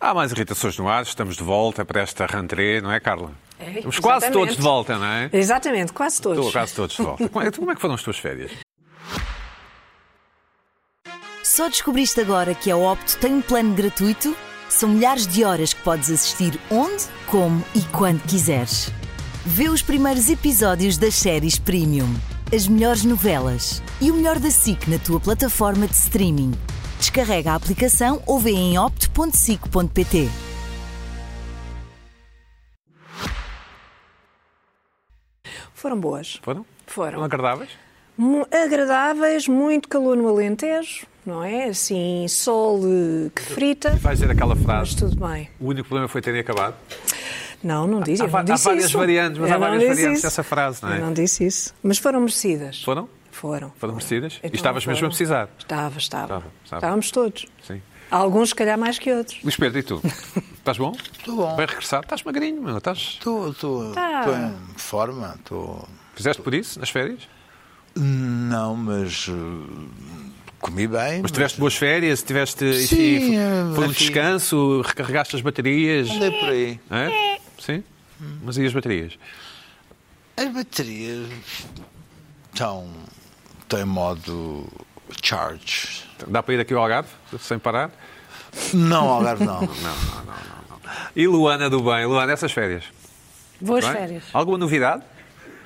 Há mais irritações no ar, estamos de volta para esta rentrée, não é, Carla? É, estamos exatamente. quase todos de volta, não é? Exatamente, quase todos. Estou quase todos de volta. Como é- Como é que foram as tuas férias? Só descobriste agora que a Opto tem um plano gratuito? São milhares de horas que podes assistir onde, como e quando quiseres. Vê os primeiros episódios das séries Premium, as melhores novelas e o melhor da SIC na tua plataforma de streaming. Descarrega a aplicação ou vê em opto.sic.pt. Foram boas. Foram? Foram. Foram agradáveis? Mu- agradáveis, muito calor no Alentejo, não é? Assim, sol eh, que frita, Vais dizer aquela mas frase. tudo bem. O único problema foi terem acabado. Não, não disse, Há eu va- não há disse várias isso. variantes, mas Eu há não várias disse variantes isso. dessa frase, não é? Eu não disse isso, mas foram merecidas. Foram? Foram. Foram merecidas? Então, E estavas mesmo a precisar? Estava, estava. Estava, estava. Estávamos todos. Sim. Alguns, se calhar, mais que outros. Luís Pedro, e tu? Estás bom? Estou bom. Bem regressado? Estás magrinho, meu. Estás... Estou estou- Tá. estou em forma, estou. Fizeste por isso, nas férias? Não, mas eh, comi bem. Mas tiveste boas férias? Tiveste... Sim, enfim, eh, foi um enfim. descanso? Recarregaste as baterias? andei por aí. É? Sim? Mas e as baterias? As baterias estão, estão em modo charge. Dá para ir aqui ao Algarve, sem parar? Não, Algarve não. E Luana do Bem? Luana, essas férias? Boas bem? férias. Alguma novidade?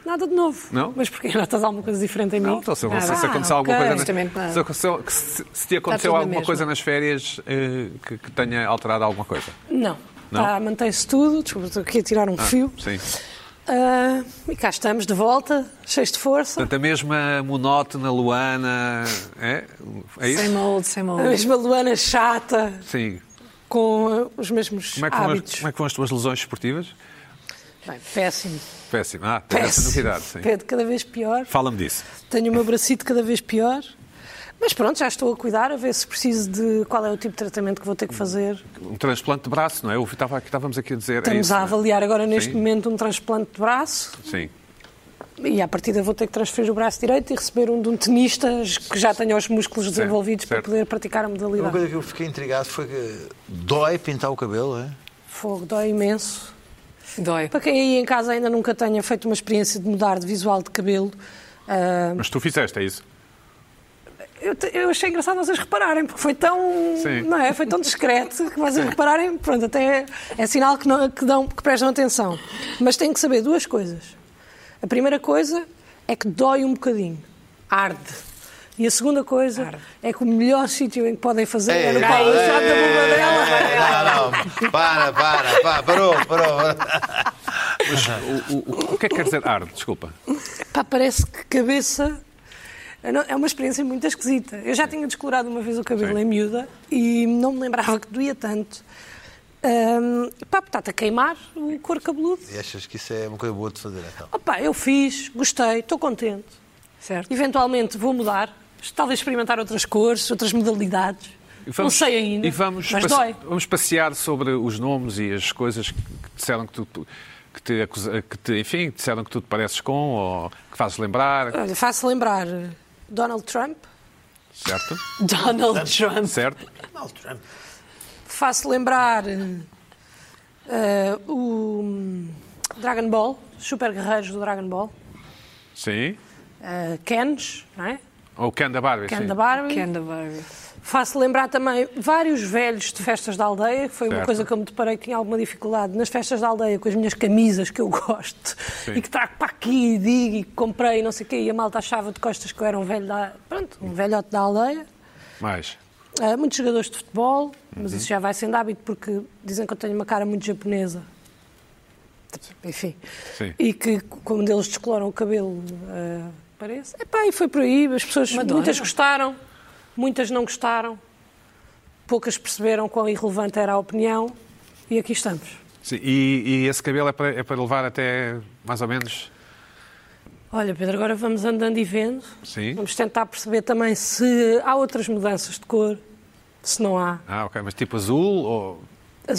Nada de novo. é? Não? Mas porquê? Notas alguma coisa diferente em mim? Não, então se, Nada. se, se aconteceu Ah, alguma ok. coisa. Justamente na- nada. Se, aconteceu- que se, se te aconteceu tudo na alguma mesma. coisa nas férias eh, que, que tenha alterado alguma coisa. Não. Não? Tá, Mantém-se tudo. Desculpa, estou aqui a tirar um fio. Sim. Ah, e cá estamos, de volta, cheios de força. Portanto, a mesma monótona Luana. É, é Sem isso? molde, sem A molde. mesma Luana chata, Sim. com ah, os mesmos Como é, que vão as, hábitos. como é que vão as tuas lesões esportivas? Bem, péssimo. Péssimo. Ah, tem essa Péssimo. novidade, sim. Pedro, cada vez pior. Fala-me disso. Tenho o meu bracito cada vez pior. Mas pronto, já estou a cuidar, a ver se preciso de qual é o tipo de tratamento que vou ter que fazer. Um transplante de braço, não é? Eu estava aqui, estávamos aqui a dizer. é Estamos isso, a não é? avaliar agora neste Sim. momento um transplante de braço. Sim. E à partida vou ter que transferir o braço direito e receber um de um tenista que já tenha os músculos desenvolvidos certo. para poder praticar a Uma modalidade. coisa que eu fiquei intrigado foi que dói pintar o cabelo, é? Fogo, dói imenso. Dói. Para quem aí em casa ainda nunca tenha feito uma experiência de mudar de visual de cabelo, ah, Mas tu fizeste, é isso? eu, te- eu achei engraçado vocês repararem, porque foi tão, Sim. não é? foi tão discreto que vocês repararem, pronto, até é, é sinal que, não- que dão, que prestam atenção. Mas tenho que saber duas coisas. A primeira coisa é que dói um bocadinho, arde. E a segunda coisa é que o melhor sítio em que podem fazer é, no Paulo Chato da Bombadela. Não, não, para, para, para, parou, parou. Mas o, o- o- o que é que quer dizer arde? Desculpa. Pá, parece que cabeça. Eu não- É uma experiência muito esquisita. Eu já tinha descolorado uma vez o cabelo Sim. em miúda e não me lembrava que doía tanto. Hum, pá, está-te a queimar o couro cabeludo. E achas que isso é uma coisa boa de fazer, então? Opa, eu fiz, gostei, estou contente. Certo? Eventualmente vou mudar, talvez experimentar outras cores, outras modalidades. E não vamos- sei ainda. E vamos, mas passe- dói. vamos passear sobre os nomes e as coisas que que disseram que tu. Que te, acusa- que te, enfim, que disseram que tu te pareces com ou que fazes lembrar, Olha, faço lembrar eh, Donald Trump. certo? Donald Trump. Certo? Faço lembrar eh, o hum, Dragon Ball, Super Guerreiros do Dragon Ball, Sim. eh, Kens, não é? Ou Ken da Barbie, Ken sim. da Barbie. Que anda Barbie. Faço lembrar também vários velhos de festas da aldeia, que foi uma Certo. coisa que eu me deparei que tinha alguma dificuldade nas festas da aldeia com as minhas camisas que eu gosto e que trago para aqui e digo e que comprei e não sei o quê, e a malta achava de costas que eu era um velho da. Pronto, um velhote da aldeia. Mais. Uh, muitos jogadores de futebol, Uhum. mas isso já vai sendo hábito porque dizem que eu tenho uma cara muito japonesa. Enfim. Sim. E que quando eles descoloram o cabelo, uh, parece. Epá, e foi por aí. As pessoas, Madonna. muitas gostaram, muitas não gostaram, poucas perceberam quão irrelevante era a opinião e aqui estamos. Sim, E, e esse cabelo é para, é para levar até mais ou menos. Olha, Pedro, agora vamos andando e vendo. Sim. Vamos tentar perceber também se há outras mudanças de cor, se não há. Ah, ok, mas tipo azul ou.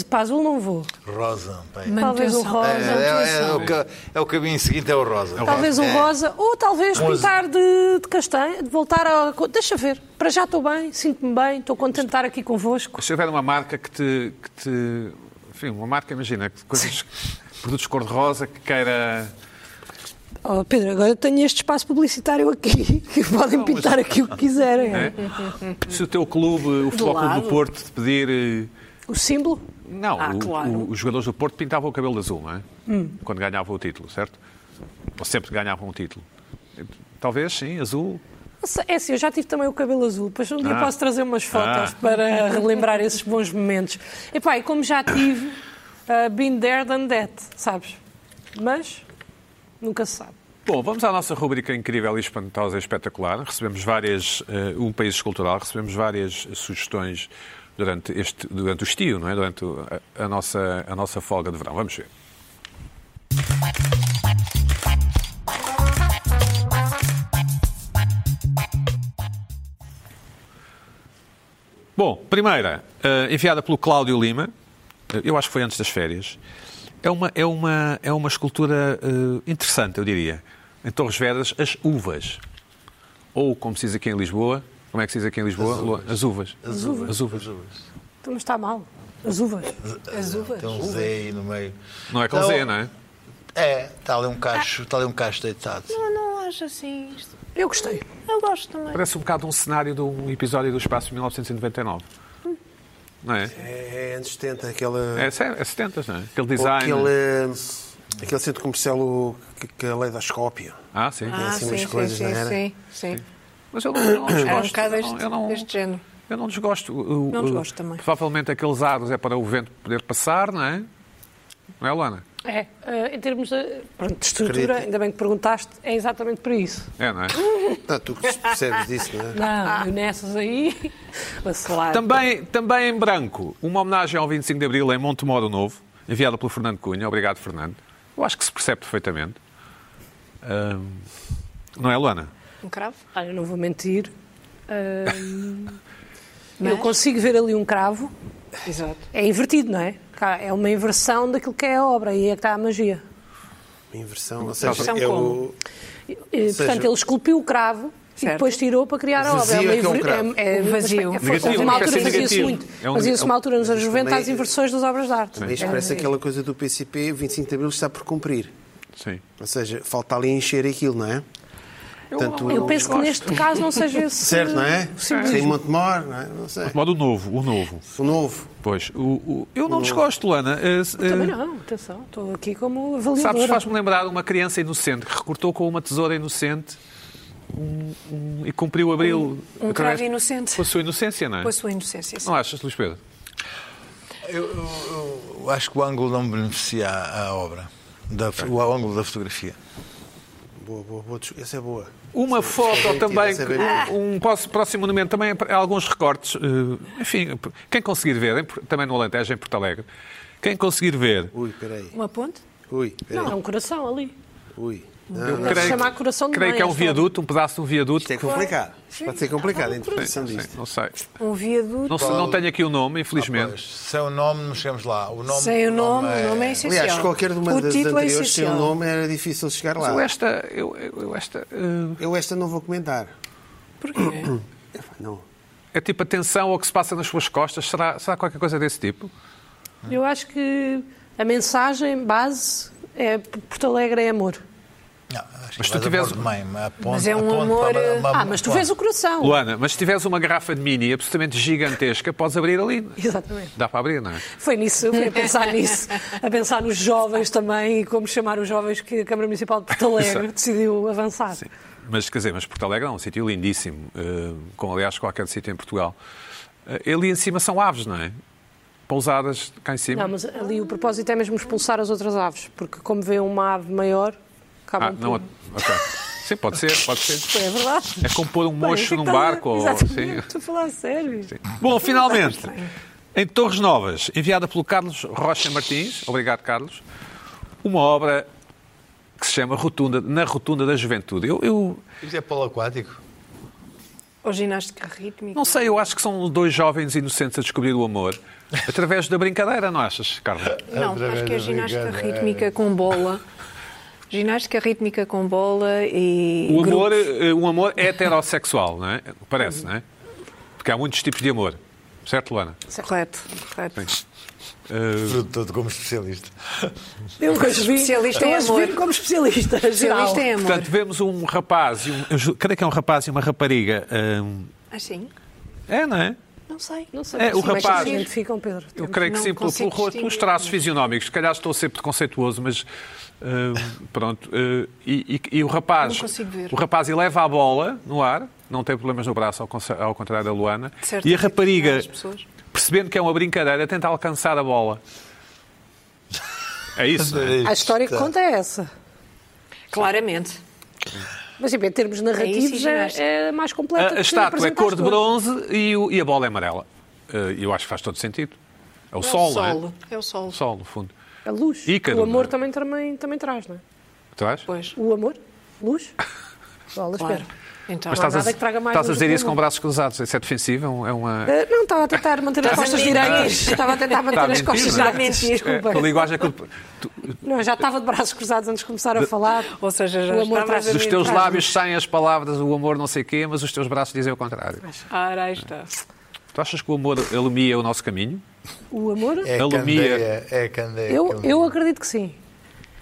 Para azul não vou. Rosa. Bem. Talvez o Manutenção. É, rosa. é- é o ca- é o caminho seguinte, é o rosa. Talvez um É. rosa, ou talvez Rosa. pintar de, de castanho, de voltar a. co- Deixa ver, para já estou bem, sinto-me bem, estou contente de estar aqui convosco. Se houver uma marca que te. Que te enfim, uma marca, imagina, que coisas, produtos cor-de-rosa que queira. Oh, Pedro, agora tenho este espaço publicitário aqui, que podem pintar aqui o que quiserem. É. né? Se o teu clube, o Futebol Clube lado. do Porto, te pedir. eh, O símbolo? Não, Ah, o- claro. Hum. o- os jogadores do Porto pintavam o cabelo de azul, não é? Quando ganhavam o título, certo? Ou sempre ganhavam o título. Talvez, sim, azul. Nossa, É assim, eu já tive também o cabelo azul, depois um dia Ah. posso trazer umas fotos Ah. para relembrar esses bons momentos. Epá, e como já tive, uh, been there, done that, sabes? Mas nunca se sabe. Bom, vamos à nossa rubrica incrível e espantosa e espetacular. Recebemos várias, eh, um país escultural, recebemos várias sugestões durante, este, durante o estio, não é? Durante o- a, a nossa, a nossa folga de verão. Vamos ver. Bom, primeira, eh, enviada pelo Cláudio Lima, eh, eu acho que foi antes das férias. É uma, é uma, é uma escultura eh, interessante, eu diria. Em Torres Vedras, as uvas. Ou, como se diz aqui em Lisboa, como é que se diz aqui em Lisboa? Luan? As uvas. As uvas. As uvas. Então, mas está mal. As uvas. As uvas. Tem um Z aí no meio. Não é com Z, não é? É, está ali um cacho, está ali um cacho deitado. Eu não acho assim. isto- Eu gostei. Eu gosto também. Parece um bocado um cenário de um episódio do Espaço de 1999. Não é? É anos 70, aquela, É, sé- é 70, não é? Aquele ou design. aquele, aquele centro comercial o- que, que é a lei da Escópio. Ah, sim. Tem assim umas coisas, não era? sim, sim, sim. Mas eu não, eu não Era um desgosto. bocado eu não- este, eu não- este género. Eu não desgosto. O- o- Não o- desgosto também. Provavelmente aqueles aros é para o vento poder passar, não é? Não é, Lana? É, eh, em termos de, pronto, de estrutura, ainda bem que perguntaste, é exatamente para isso. É, não é? Hum. Ah, tu que percebes disso, não é? Ah. Não, eu nessas aí, vacilar. Também, também em branco, uma homenagem ao 25 de Abril em Montemoro Novo, enviada pelo Fernando Cunha. Obrigado, Fernando. Eu acho que se percebe perfeitamente. Ahm, não é, Luana? Um cravo? Ah, eu não vou mentir. Ahm, Mas? Eu consigo ver ali um cravo. Exato. É invertido, não é? Cá É uma inversão daquilo que é a obra e é que está a magia. Uma inversão. Ou seja, Inversão é como? o, E, eh, portanto, ele esculpiu o cravo Certo. e depois tirou para criar a obra. Vazio é que é um inver- cravo. é, é Vazio. vazio. Negativo, Houve uma uma altura espécie de fazia-se negativo. muito. É um- Fazia-se é uma um- altura nos anos 90 também- às inversões das obras de arte. também expressa aquela coisa do PCP, 25 de Abril está por cumprir. Sim. Ou seja, falta ali encher aquilo, não é? Portanto, Ah, Eu penso que neste caso não seja esse. Certo, não é? o simbolismo. Sem Montemor, não é? Não sei. De modo o novo, o novo. O novo. Pois, o, o- eu não desgosto, Luana. Eh, eh, Também não, atenção, estou aqui como Sabes, avaliadora. faz-me lembrar uma criança inocente que recortou com uma tesoura inocente um- um- e cumpriu abril. Um através- cravo inocente. Com a sua inocência, não é? Com a sua inocência. sim. Não achas, Luís Pedro? Eu, eu- eu acho que o ângulo não beneficia a, a obra. Da, o ângulo da fotografia. Boa, boa, boa. dis- Essa é boa. Uma foto bem também, tido, essa é bem que- um, um pós- próximo monumento, também há alguns recortes. eh, Enfim, quem conseguir ver, em Por- também no Alentejo, em Porto Alegre, quem conseguir ver, Ui, peraí. Uma ponte? Ui, peraí. Não, é um coração ali. Ui. Não, eu não. creio, chamar coração de creio mãe, que é um esta obra. viaduto, um pedaço de um viaduto. Isto é complicado. Sim. Pode ser complicado a interpretação Sim, disto. não sei. Um viaduto? Não, sei- não tenho aqui o nome, infelizmente. Ah, Pois, sem o nome, não chegamos lá. O nome, Sem o nome, o nome é essencial. Aliás, qualquer uma o das título é anteriores sem essencial. o nome era difícil chegar Mas eu lá. esta, eu, eu- eu esta eh, Eu esta não vou comentar. Porquê? Epá, Não. é tipo atenção ao que se passa nas suas costas. Será, será qualquer coisa desse tipo? Eu acho que a mensagem base é P- Porto Alegre é amor. Não, acho Mas mas tu tu tiveres- de mãe, a ponte- é- Mas é a um ponte amor, para uma- uma- Ah, mas tu uma- vês o coração. Luana, mas se tiveres uma garrafa de mini absolutamente gigantesca, podes abrir ali. Exatamente. Dá para abrir, não é? Foi nisso, eu fui a pensar nisso, a pensar nos jovens também e como chamar os jovens que a Câmara Municipal de Porto Alegre Exato. decidiu avançar. Sim. Mas, quer dizer, mas Porto Alegre é um sítio lindíssimo, eh, como aliás qualquer sítio em Portugal. Eh, ali em cima são aves, não é? Pousadas cá em cima. Não, mas ali o propósito é mesmo expulsar as outras aves, porque como vê uma ave maior, acabam ah, não, por... ok. Sim, pode ser, pode ser. É verdade. É como pôr um mocho Bem, num então, barco. Ou, Exatamente, sim. estou a falar a sério. Bom, finalmente, em Torres Novas, enviada pelo Carlos Rocha Martins, obrigado Carlos, uma obra que se chama Rotunda, Na Rotunda da Juventude. Eu, eu- Isto é polo aquático. Ou ginástica rítmica? Não sei, eu acho que são dois jovens inocentes a descobrir o amor através da brincadeira, não achas, Carla? Não, Outra acho vez que é a ginástica brincadeira. rítmica com bola. Ginástica rítmica com bola e. O amor, grupos. eh, um amor heterossexual, não é? Parece, não é? Porque há muitos tipos de amor. Certo, Luana? Correto, correto. Eh, Produtor como especialista. Eu hoje vi, um Especialista eu em hoje amor. vi um como especialista. Especialista em é amor. portanto, vemos um rapaz, e um, eu ju- creio que é um rapaz e uma rapariga. hum, Assim? é, não é? Não sei. Não sei É, o como é que rapaz- se identificam, Pedro. Eu creio que não sim, pelo, consigo pelo rosto, pelos distinguir. traços fisionómicos. Se calhar estou a ser preconceituoso, mas hum, pronto. eh, e, e- e o rapaz. Não consigo ver. O rapaz eleva a bola no ar, não tem problemas no braço, ao, conce- ao contrário da Luana. De certo E a tipo de rapariga, pessoas. percebendo que é uma brincadeira, tenta alcançar a bola. É isso, não é? A história que conta é essa. Claramente. Mas, tipo, em termos É narrativos, isso, é, ginástica. é mais completa. A, a que estátua é apresenta cor de as duas. bronze e, o- e a bola é amarela. Eh, Eu acho que faz todo sentido. É o sol, é o não é? solo. É o O solo. sol, no fundo. A luz. Ícaro, o amor não é? também, também, também traz, não é? Traz? Pois. O amor, luz, bola, Claro. espera. Então, Mas há estás a, nada que traga mais estás a luz dizer do que isso o com amor. braços cruzados. Isso é defensivo? É um- é uma. Ah, não, estava a tentar manter as Tá, Estás a costas mentir. direitas. Estava a tentar manter Está a as mentir, costas não é? direitas, É, desculpa. a linguagem corpo- tu- Não, eu já estava de braços cruzados antes de começar a falar. Ou seja, já O amor estavas traz a os dos vir teus atrás. lábios saem as palavras o amor não sei quê, mas os teus braços dizem o contrário. Ora, aí está. Tu achas que o amor alumia o nosso caminho? O amor, É Alumia. candeia, é candeia. eu, aquilo. eu acredito que sim.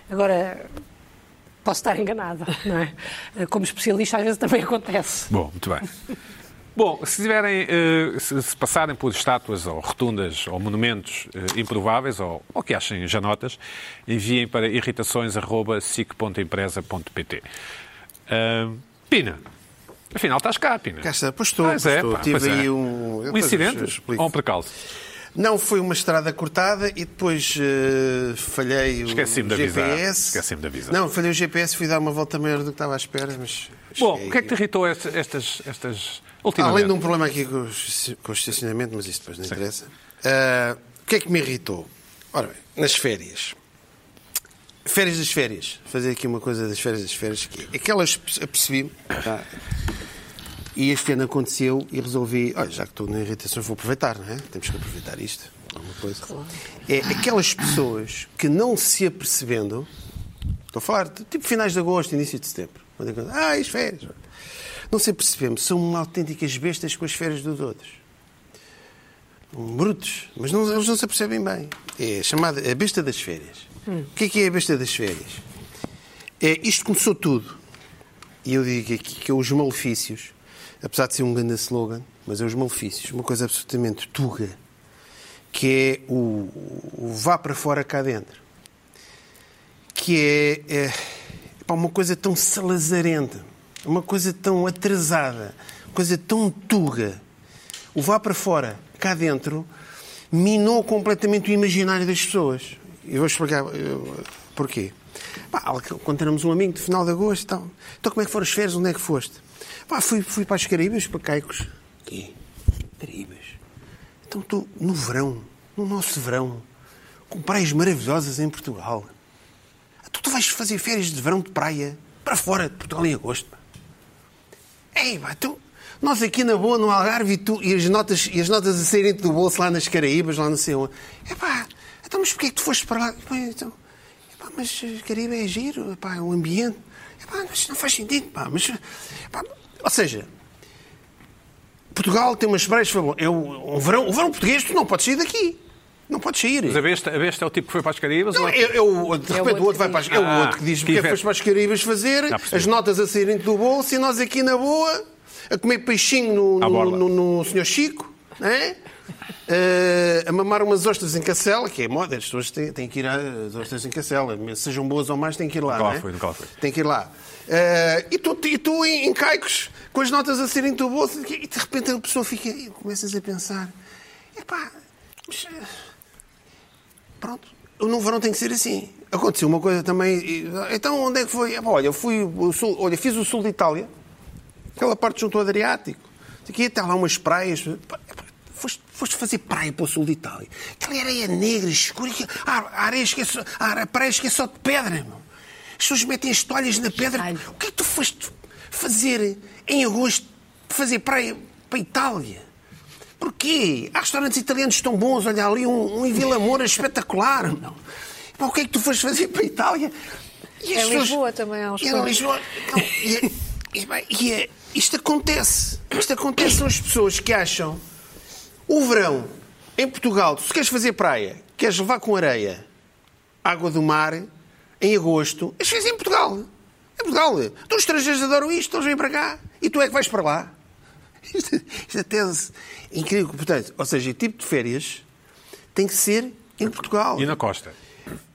Agora, posso estar enganada, não é? Como especialista, às vezes também acontece. Bom, muito bem. Bom, se, tiverem, eh, se, se passarem por estátuas ou rotundas ou monumentos eh, improváveis ou, ou que achem janotas, enviem para irritações.sic.empresa.pt. Ahm, Eh, Pina, afinal estás cá, Pina. Cá está, pois estou, Pois é, estou. pá, Tive pois é. aí um- eu Um depois incidente explico. ou um percalço? Não, foi uma estrada cortada e depois eh, falhei o Esqueci-me de avisar. GPS. Esqueci-me de avisar. Não, falhei o GPS, fui dar uma volta maior do que estava à espera, mas... Bom, cheguei o que é que te aqui. irritou este- estas, estas Além ultimamente? de um problema aqui com, os- com o estacionamento, mas isso depois não interessa. Ah, o que é que me irritou? Ora bem, nas férias. Férias das férias. Fazer aqui uma coisa das férias das férias. Que aquelas apercebi-me. tá? E este ano aconteceu e resolvi. Olha, já que estou na irritação, vou aproveitar, não é? Temos que aproveitar isto. Alguma coisa. É aquelas pessoas que não se apercebendo. Estou a falar, de, tipo finais de agosto, início de setembro. quando é que- Ah, as férias. Não se apercebemos, são autênticas bestas com as férias dos outros. Brutos, mas não- eles não se apercebem bem. É chamada a besta das férias. O que é que é a besta das férias? É, isto começou tudo. E eu digo aqui que é os malefícios, apesar de ser um grande slogan, mas é os malefícios, uma coisa absolutamente tuga, que é o, o vá para fora cá dentro. Que é, é pá, uma coisa tão salazarenta, uma coisa tão atrasada, uma coisa tão tuga. O vá para fora cá dentro minou completamente o imaginário das pessoas. E vou explicar eu, porquê. Pá, quando éramos um amigo de final de agosto, então, então como é que foram as férias? Onde é que foste? Pá, fui, fui para os Caraíbas, para Caicos. Quê? Caraíbas? Então estou no verão, no nosso verão, com praias maravilhosas em Portugal. Tu, tu vais fazer férias de verão de praia para fora de Portugal em agosto. pá. Ei, pá, tu, nós aqui na boa, no Algarve, e, tu, e, as notas, e as notas a saírem do bolso lá nas Caraíbas, lá não sei onde. É pá, então, mas porquê é que tu foste para lá? Pá, Então, é pá, mas eh, Caraíba é giro, é pá, é um ambiente. É pá, mas não faz sentido, pá, mas. é pá, ou seja, Portugal tem umas praias fabulosas. É o, o verão, o verão português, tu não podes sair daqui. Não podes sair. Mas a besta, a besta é o tipo que foi para as Caraíbas? Não, ou é- é, é o, de repente o outro vai para as, é o Ah, outro que diz que o que é que inveja. foste para as Caraíbas fazer, Já percebi. as notas a saírem do bolso e nós aqui na boa a comer peixinho no, À no, borla. no, no Senhor Chico, não é? Eh, a mamar umas ostras em Cacela, que é moda, as pessoas têm, têm que ir às ostras em Cacela, sejam boas ou mais, têm que ir lá. Nunca lá não é? fui, nunca lá fui. Tem que ir lá. Eh, e tu, e tu em, em caicos, com as notas a saírem do teu bolso, e de repente a pessoa fica. E começas a pensar: epá, mas, eh, pronto, eu no verão tem que ser assim. Aconteceu uma coisa também. e, Então onde é que foi? Epá, olha, eu fui, o sul, olha, fiz o sul de Itália, aquela parte junto ao Adriático. Aqui está lá umas praias. Epá, epá, Foste, foste fazer praia para o sul de Itália. Aquela areia negra, escura, aquilo- a, a areia que é só, a praia que é só de pedra, meu. As pessoas metem as toalhas na pedra. O que é que tu foste fazer em agosto fazer para, a- para a Itália. Porquê? Há restaurantes italianos tão bons, olha ali um, um em Vila Moura espetacular. Não. Pá, o que é que tu foste fazer para a Itália? E as Em É Lisboa também há uns E Em quantos. Lisboa. Não, então, e- e, bem, e é- isto acontece. Isto acontece são as pessoas que acham o verão em Portugal, se queres fazer praia, queres levar com areia, água do mar, em agosto, as fez em Portugal. Em Portugal. Então os estrangeiros adoram isto, eles vêm para cá. E tu é que vais para lá. Isto, isto é tese incrível. Portanto, ou seja, o tipo de férias tem que ser em Portugal. E na costa?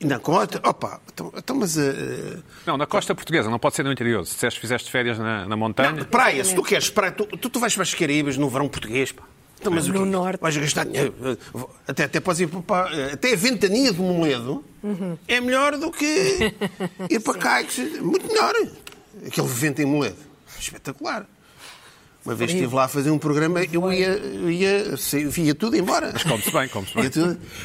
E na cota, opa, então, então, mas... eh, Não, na costa portuguesa, não pode ser no interior. Se disseste que fizeste férias na, na montanha. Praia, se tu queres praia, tu, tu, tu vais para as Caribas no verão português, pá. Então, mas o No quê? norte. Vais gastar dinheiro. eh, vou- Até, até podes ir para- para. eh, Até a ventania de Moledo é melhor do que ir para cá. que se- Muito melhor. Aquele vento em Moledo. Espetacular. Uma vez estive lá a fazer um programa, eu ia, eu ia, sei- via tudo embora. Mas come-se bem, come-se bem.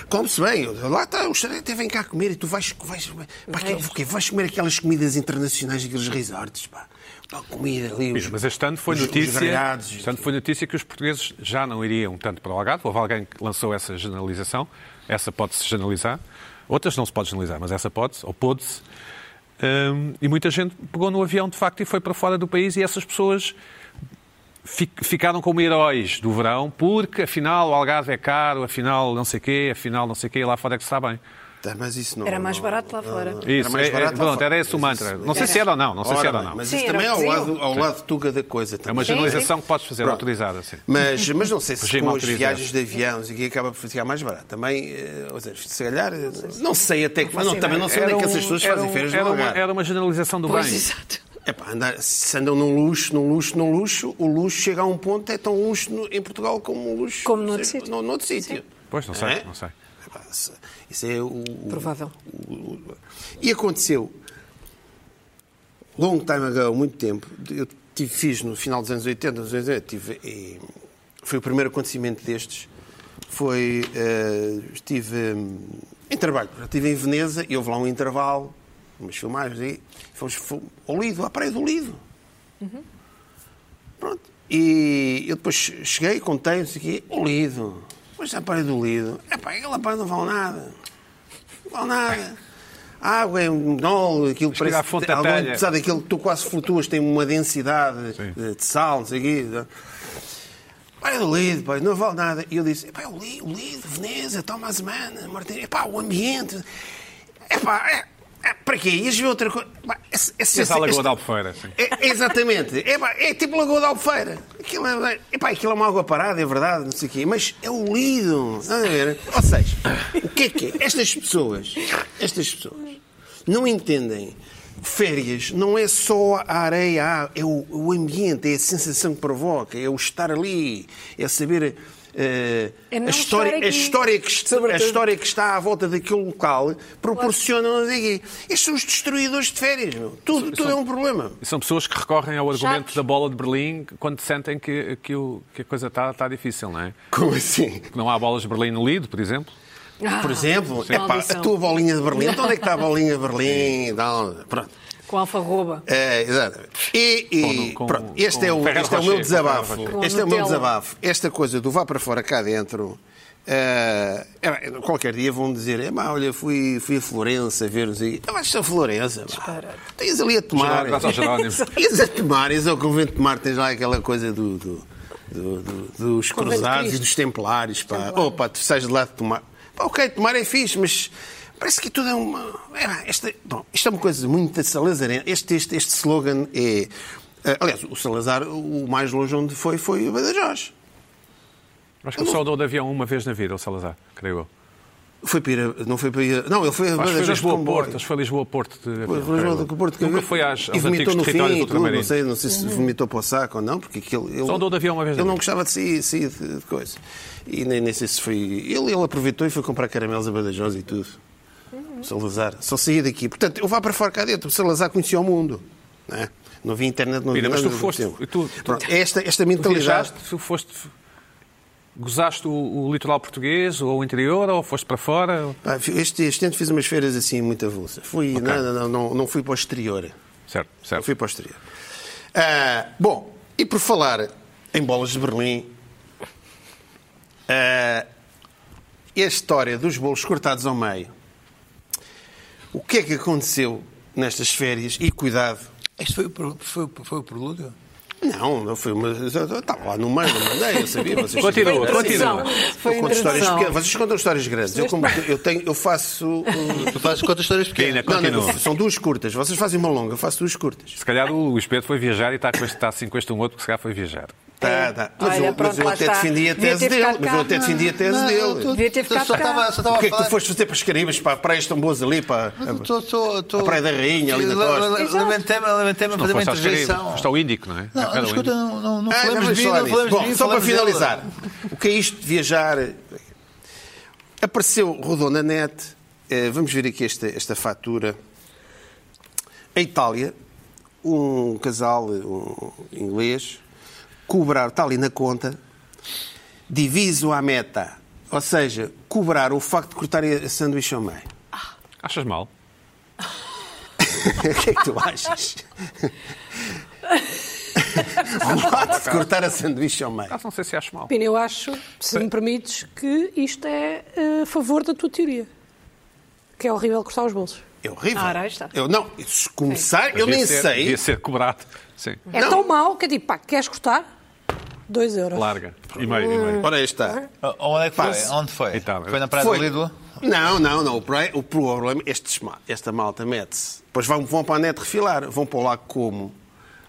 Come-se bem. Lá está, o restaurante até vem cá comer e tu vais, vais, pá, que- o quê? vais comer aquelas comidas internacionais, aqueles resorts, pá. Pá, comida ali. os- Mas, Mas este ano foi os- os notícia. grelhados. Este ano foi notícia que os portugueses já não iriam tanto para o Algarve. Houve alguém que lançou essa generalização. Essa pode-se generalizar. Outras não se pode generalizar, mas essa pode-se, ou pôde-se. Hum, e muita gente pegou no avião, de facto, e foi para fora do país. E essas pessoas fi- ficaram como heróis do verão, porque afinal o Algarve é caro, afinal não sei o quê, afinal não sei o quê, e lá fora é que se está bem. Tá, mas isso não. Era mais barato lá fora. Isso, mais é- barato é, lá pronto, fora. era esse o Mas isso- mantra. Não sei se era ou não, não sei se era ou não. Mas Sim, isso era também é ao possível. lado, ao lado tuga da coisa. É uma Também. generalização que podes fazer, Pronto. autorizada, sim. Mas, mas não sei se Regime com as autorizado. viagens de avião e que acaba por ficar mais barato. Também, eh, ou seja, se calhar, eh, não sei até que. Não, também não sei onde é que essas pessoas era fazem um- férias no era uma, Algarve. era uma generalização do Pois, bem. exato. É pá, andar, se andam num luxo, num luxo, num luxo, o luxo chega a um ponto, é tão luxo no- em Portugal como o luxo. Como noutro sei- sítio. no- noutro sítio. Pois, não sei, É? não sei. É pá, se- Isso é o. Provável. o- o- E aconteceu. Long time ago, muito tempo, eu tive, fiz no final dos anos 80, nos anos 80, tive, e foi o primeiro acontecimento destes. Foi. eh, estive hum, em trabalho. Estive em Veneza e houve lá um intervalo, umas filmagens aí. Fomos, fomos ao Lido, à praia do Lido. Pronto. E eu depois cheguei, contei, não sei o quê, o Lido. Pois a praia do Lido. É pá, aquela praia não vale nada. Não vale nada. A água é um nol, aquilo Chega à parece. fonte da algodão, telha. Apesar daquilo que tu quase flutuas, tem uma densidade Sim. de, de sal, não sei o quê. tá? Pai, o Lido, pai, não vale nada. E eu disse, epá, o Lido, o Lido, Veneza, Thomas Mann, Martins, epá, o ambiente. Epá, é, é, para quê? Ias ver outra coisa. Epá, esse- esse- Essa esse- Lagoa este- da Albufeira, sim. é, exatamente. É, pá, é tipo Lagoa da Albufeira. Aquilo é, epá, aquilo é uma água parada, é verdade, não sei o quê. Mas é o lido. estás a ver? Ou seja, o que é que é? Estas pessoas, estas pessoas não entendem. Férias não é só a areia, ah, é o, o ambiente, é a sensação que provoca, é o estar ali, é saber eh, É não a, história, estar a, aqui, história que, est- a sobretudo. história que está à volta daquele local proporciona. não sei o quê. Estes são os destruidores de férias, meu. Tudo, tudo é um problema. E são pessoas que recorrem ao argumento Chaves. da bola de Berlim quando sentem que, que, o- que a coisa está está difícil, não é? Como assim? Que não há bolas de Berlim no Lido, por exemplo. Ah, Por exemplo, é pá, a maldição. tua bolinha de Berlim. Então, onde é que está a bolinha de Berlim? Não, pronto. Com alfarroba. É, exatamente. E, e- Com- com- pronto, este, com é o, Ferrero este é o Rocher, meu desabafo. com Ferrero Este é o meu Nutella. desabafo. Esta coisa do vá para fora cá dentro. eh, é bem, qualquer dia vão dizer: é, pá, olha, fui, fui a Florença ver-nos aí. Ah, vais a Florença. pá. Tens ali a tomar. Vai ao Jerónimo. Ias a Tomar, ias ao convento de Mar, tens lá aquela coisa do, do- do- do- dos Convento de cruzados e Cristo. dos templários. Pá. Oh, pá, tu sais de lá de Tomar. Pá, ok, Tomar é fixe, mas parece que tudo é uma. É, pá, esta, bom, isto é uma coisa muito salazarena. Este, este, este slogan é. eh, aliás, o Salazar, o mais longe onde foi, foi o Badajoz. Acho que ele só andou de avião uma vez na vida, o Salazar, creio eu. Foi para ir a- não foi para ir a- Não, ele foi a Acho que foi Badajoz com comboio. Lisboa-Porto. Acho que foi Lisboa-Porto. de avião, Pois, creio Lisboa eu. do Porto É que Nunca eu- foi às, e aos vomitou antigos no territórios fim, do e tudo, não ultramarino. sei, não sei se vomitou para o saco ou não, porque aquilo. Ele, Só andou de avião uma vez é? na Ele não vida. gostava de sair, sair de, de coisa. E nem, nem sei se foi. Ele, ele aproveitou e foi comprar caramelos a Badajoz e tudo. Salazar. Só saí daqui. Portanto, eu vá para fora cá dentro. O Salazar conhecia o mundo. Não, é? não vi internet, não vi Pina, mas nada tu do foste- tempo. tu- tu- Pronto, é esta, esta Tu mentalidade. viajaste, tu foste... Gozaste o, o litoral português ou o interior ou foste para fora? Pá, Este, este ano fiz umas feiras assim, muito avulsa. Fui, nada, não, não, não fui para o exterior. Certo, Eu certo. fui para o exterior. Ah, bom, e por falar em bolas de Berlim. Ah, e a história dos bolos cortados ao meio. O que é que aconteceu nestas férias? E cuidado. Este foi o, pro- foi, o- foi o prelúdio? Não, não foi uma. eu Estava lá no meio, não mandei, eu sabia. Vocês Continua, Foi continua. introdução. Eu conto histórias introdução. pequenas. Vocês contam histórias grandes. Eu, como- eu tenho, eu faço. uh, Tu fazes quantas histórias Pina, pequenas? Não, não, continua. são duas curtas. Vocês fazem uma longa, eu faço duas curtas. Se calhar o Luís Pedro foi viajar e está, com este, está assim com este um outro que se calhar foi viajar. Tá, tá. Mas, Olha, eu, pronto, mas eu lá até está. defendi a Devia tese ter dele. ficado Mas eu até cá. defendi a tese dele. Devia ter ficado só cá. estava, só estava O que é que a falar. tu foste fazer para as Caribas, para praias tão boas ali? Para... Tô- tô- tô- A Praia da Rainha, ali na Le- costa. le- le- Levantei-me levantei-me a Não fazer uma fosse aos Caribes, interjeição. foste ao Índico, não é? Não, Era o escuta, Índico. não, não, não Ah, falamos vamos de mim, falar não disso. falamos Bom, de mim, só para falamos dela. finalizar, o que é isto de viajar? Apareceu, rodou na net, eh, vamos ver aqui esta, esta fatura. Em Itália, um casal um inglês cobrar, está ali na conta, diviso à meta. Ou seja, cobrar o facto de cortarem a sanduíche ao meio. Achas mal? O que é que tu achas? o facto de cortar a sanduíche ao meio. Ah, não sei se acho mal. Pina, eu acho, se me permites, que isto é eh, a favor da tua teoria. Que é horrível cortar os bolsos. É horrível. Ora, Ah, aí está. Eu não, se começar, eu Devia nem ser- sei. Devia ser cobrado. Sim. É tão mau que é tipo, pá, queres cortar? 2 euros. Larga. E meio, e meio. Ora, aí está. Ah, Onde é que foi? Passa. Onde foi? Itália. Foi na Praia do Foi. Lidl? Não, não, não. O pré- o problema, estes ma- esta malta mete-se. Depois vão, vão para a net refilar, vão para o lago como.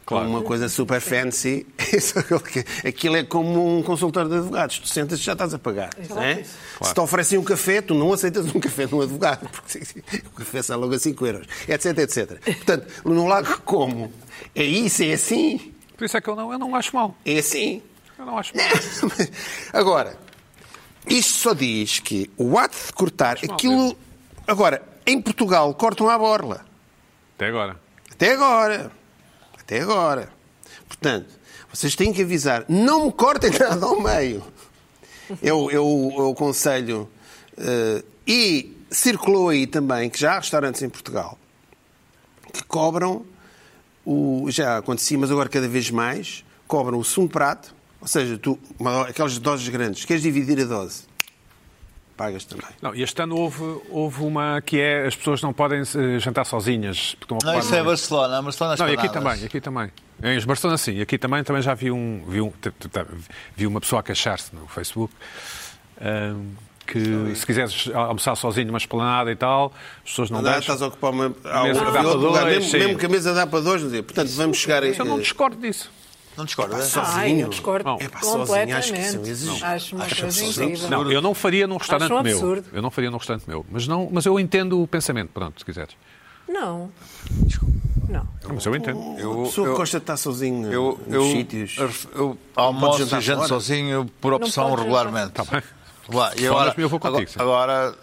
Claro. Como uma coisa super fancy. Isso é o que- Aquilo é como um consultório de advogados. Tu sentas e já estás a pagar. não é? Se te oferecem um café, tu não aceitas um café de um advogado, porque o café sai logo a 5 euros, etc, etc. Portanto, no lago como? É isso, é assim, Por isso é que eu não, eu não acho mal. é assim. Eu não acho mal. Agora, isto só diz que o ato de cortar mal, aquilo. Agora, em Portugal cortam à borla. Até agora. Até agora. Até agora. Portanto, vocês têm que avisar. Não me cortem nada ao meio. Eu, eu, eu aconselho. eh, e circulou aí também que já há restaurantes em Portugal que cobram o. Já acontecia, mas agora cada vez mais, cobram o sumo prato. Ou seja, tu, uma- aquelas doses grandes, queres dividir a dose? Pagas também. Não, e este ano houve, houve uma que é as pessoas não podem eh, jantar sozinhas. Porque estão Não, ocupadas. isso é Barcelona. a Barcelona Não, e aqui Esplanada. também, e aqui também. Em Barcelona, sim. E aqui também, também já vi, um, vi, um, t- t- t- vi uma pessoa a queixar-se no Facebook ahm, que se quiseres almoçar sozinho numa esplanada e tal, as pessoas não Não é dá, deixam. estás a ocupar uma, há Mesa outro- dá para outro lugar, dois, mesmo, sim. mesmo que a mesa dá para dois, não sei. portanto vamos chegar a. Eu não discordo disso. Não discordo. é? Ai, eu discordo Não. Epá, sozinho, acho que completamente. isso é um exagero. Acho uma Acho que coisa sozinho- incrível. Não, eu não faria num restaurante Acho um meu. absurdo. Eu não faria num restaurante meu. Mas, não, mas eu entendo o pensamento, pronto, se quiseres. Não. Não. Mas eu entendo. a Eu- pessoa eu- gosta de estar sozinho Eu, nos eu, sítios. eu, eu podes almoço jantar e janto fora. sozinho eu, por opção podes jantar. regularmente. bem. Lá, e Fora, agora, eu vou contigo, sim. agora, agora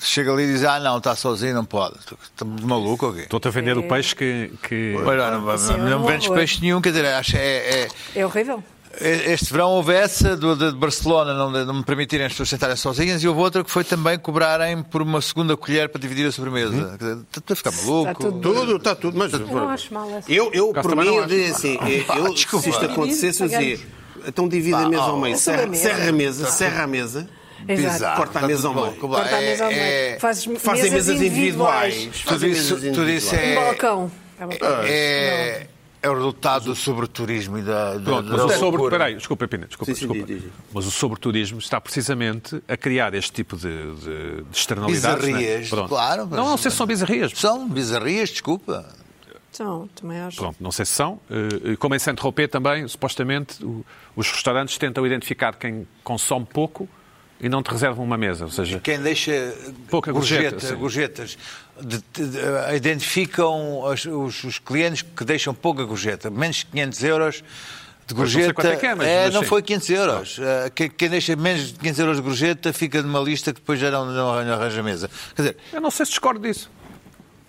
chega ali e diz: Ah, não, está sozinho, não pode. Estamos maluco aqui. Estou-te a vender o peixe que. que... Pois, não, não, Sim, é não, um não vendes horror. peixe nenhum, quer dizer, acho, é, é- É horrível. este verão houve essa do, de de Barcelona, não, de- não me permitirem as pessoas sentarem sozinhas, e houve outra que foi também cobrarem por uma segunda colher para dividir a sobremesa. Quer dizer, Estás a ficar maluco? Está tudo Tudo, está tudo, mas. Eu não acho mal essa. Eu, eu Gosto por também mim, não eu dizia assim: eu, eu, se Desculpa. isto acontecesse, eu dizia. Então divide a mesa ao meio. mesa. Serra, Então, serra a mesa, serra a mesa. Então, Exato. Exato. Corta a Está mesa tudo ao bom. meio. Como lá, Cortar a é- mesa ao meio. é- Fazes Fazem mesas, mesas individuais. Tudo Fazem isso, mesas tudo isso individuais. Um é, balcão. é, é o resultado do sobreturismo e da. da- Pronto, da mas o sobre... é loucura. Peraí, desculpa, Pina, desculpa, Sim, sim, desculpa. diz, diz. Mas o sobreturismo está precisamente a criar este tipo de, de, de externalidades. Bizarrias, não é? Pronto. claro, mas- Não, não sei se são bizarrias. São bizarrias, desculpa. Então, também acho. Pronto, não sei se são. Eh, eh, Como em Santo Roupé também, supostamente, o- os restaurantes tentam identificar quem consome pouco e não te reservam uma mesa. Ou seja, Quem deixa Pouca gorjeta, gorjeta- sim. gorjetas de- de- de- eh, identificam as- os, os clientes que deixam pouca gorjeta, menos de 500 euros de não sei gorjeta. quanto é que é, mas- mas não sim. foi 500 euros. Eh, Quem, quem deixa menos de 500 euros de gorjeta fica numa lista que depois já não, não, não arranja mesa. Quer dizer, eu não sei se discordo disso.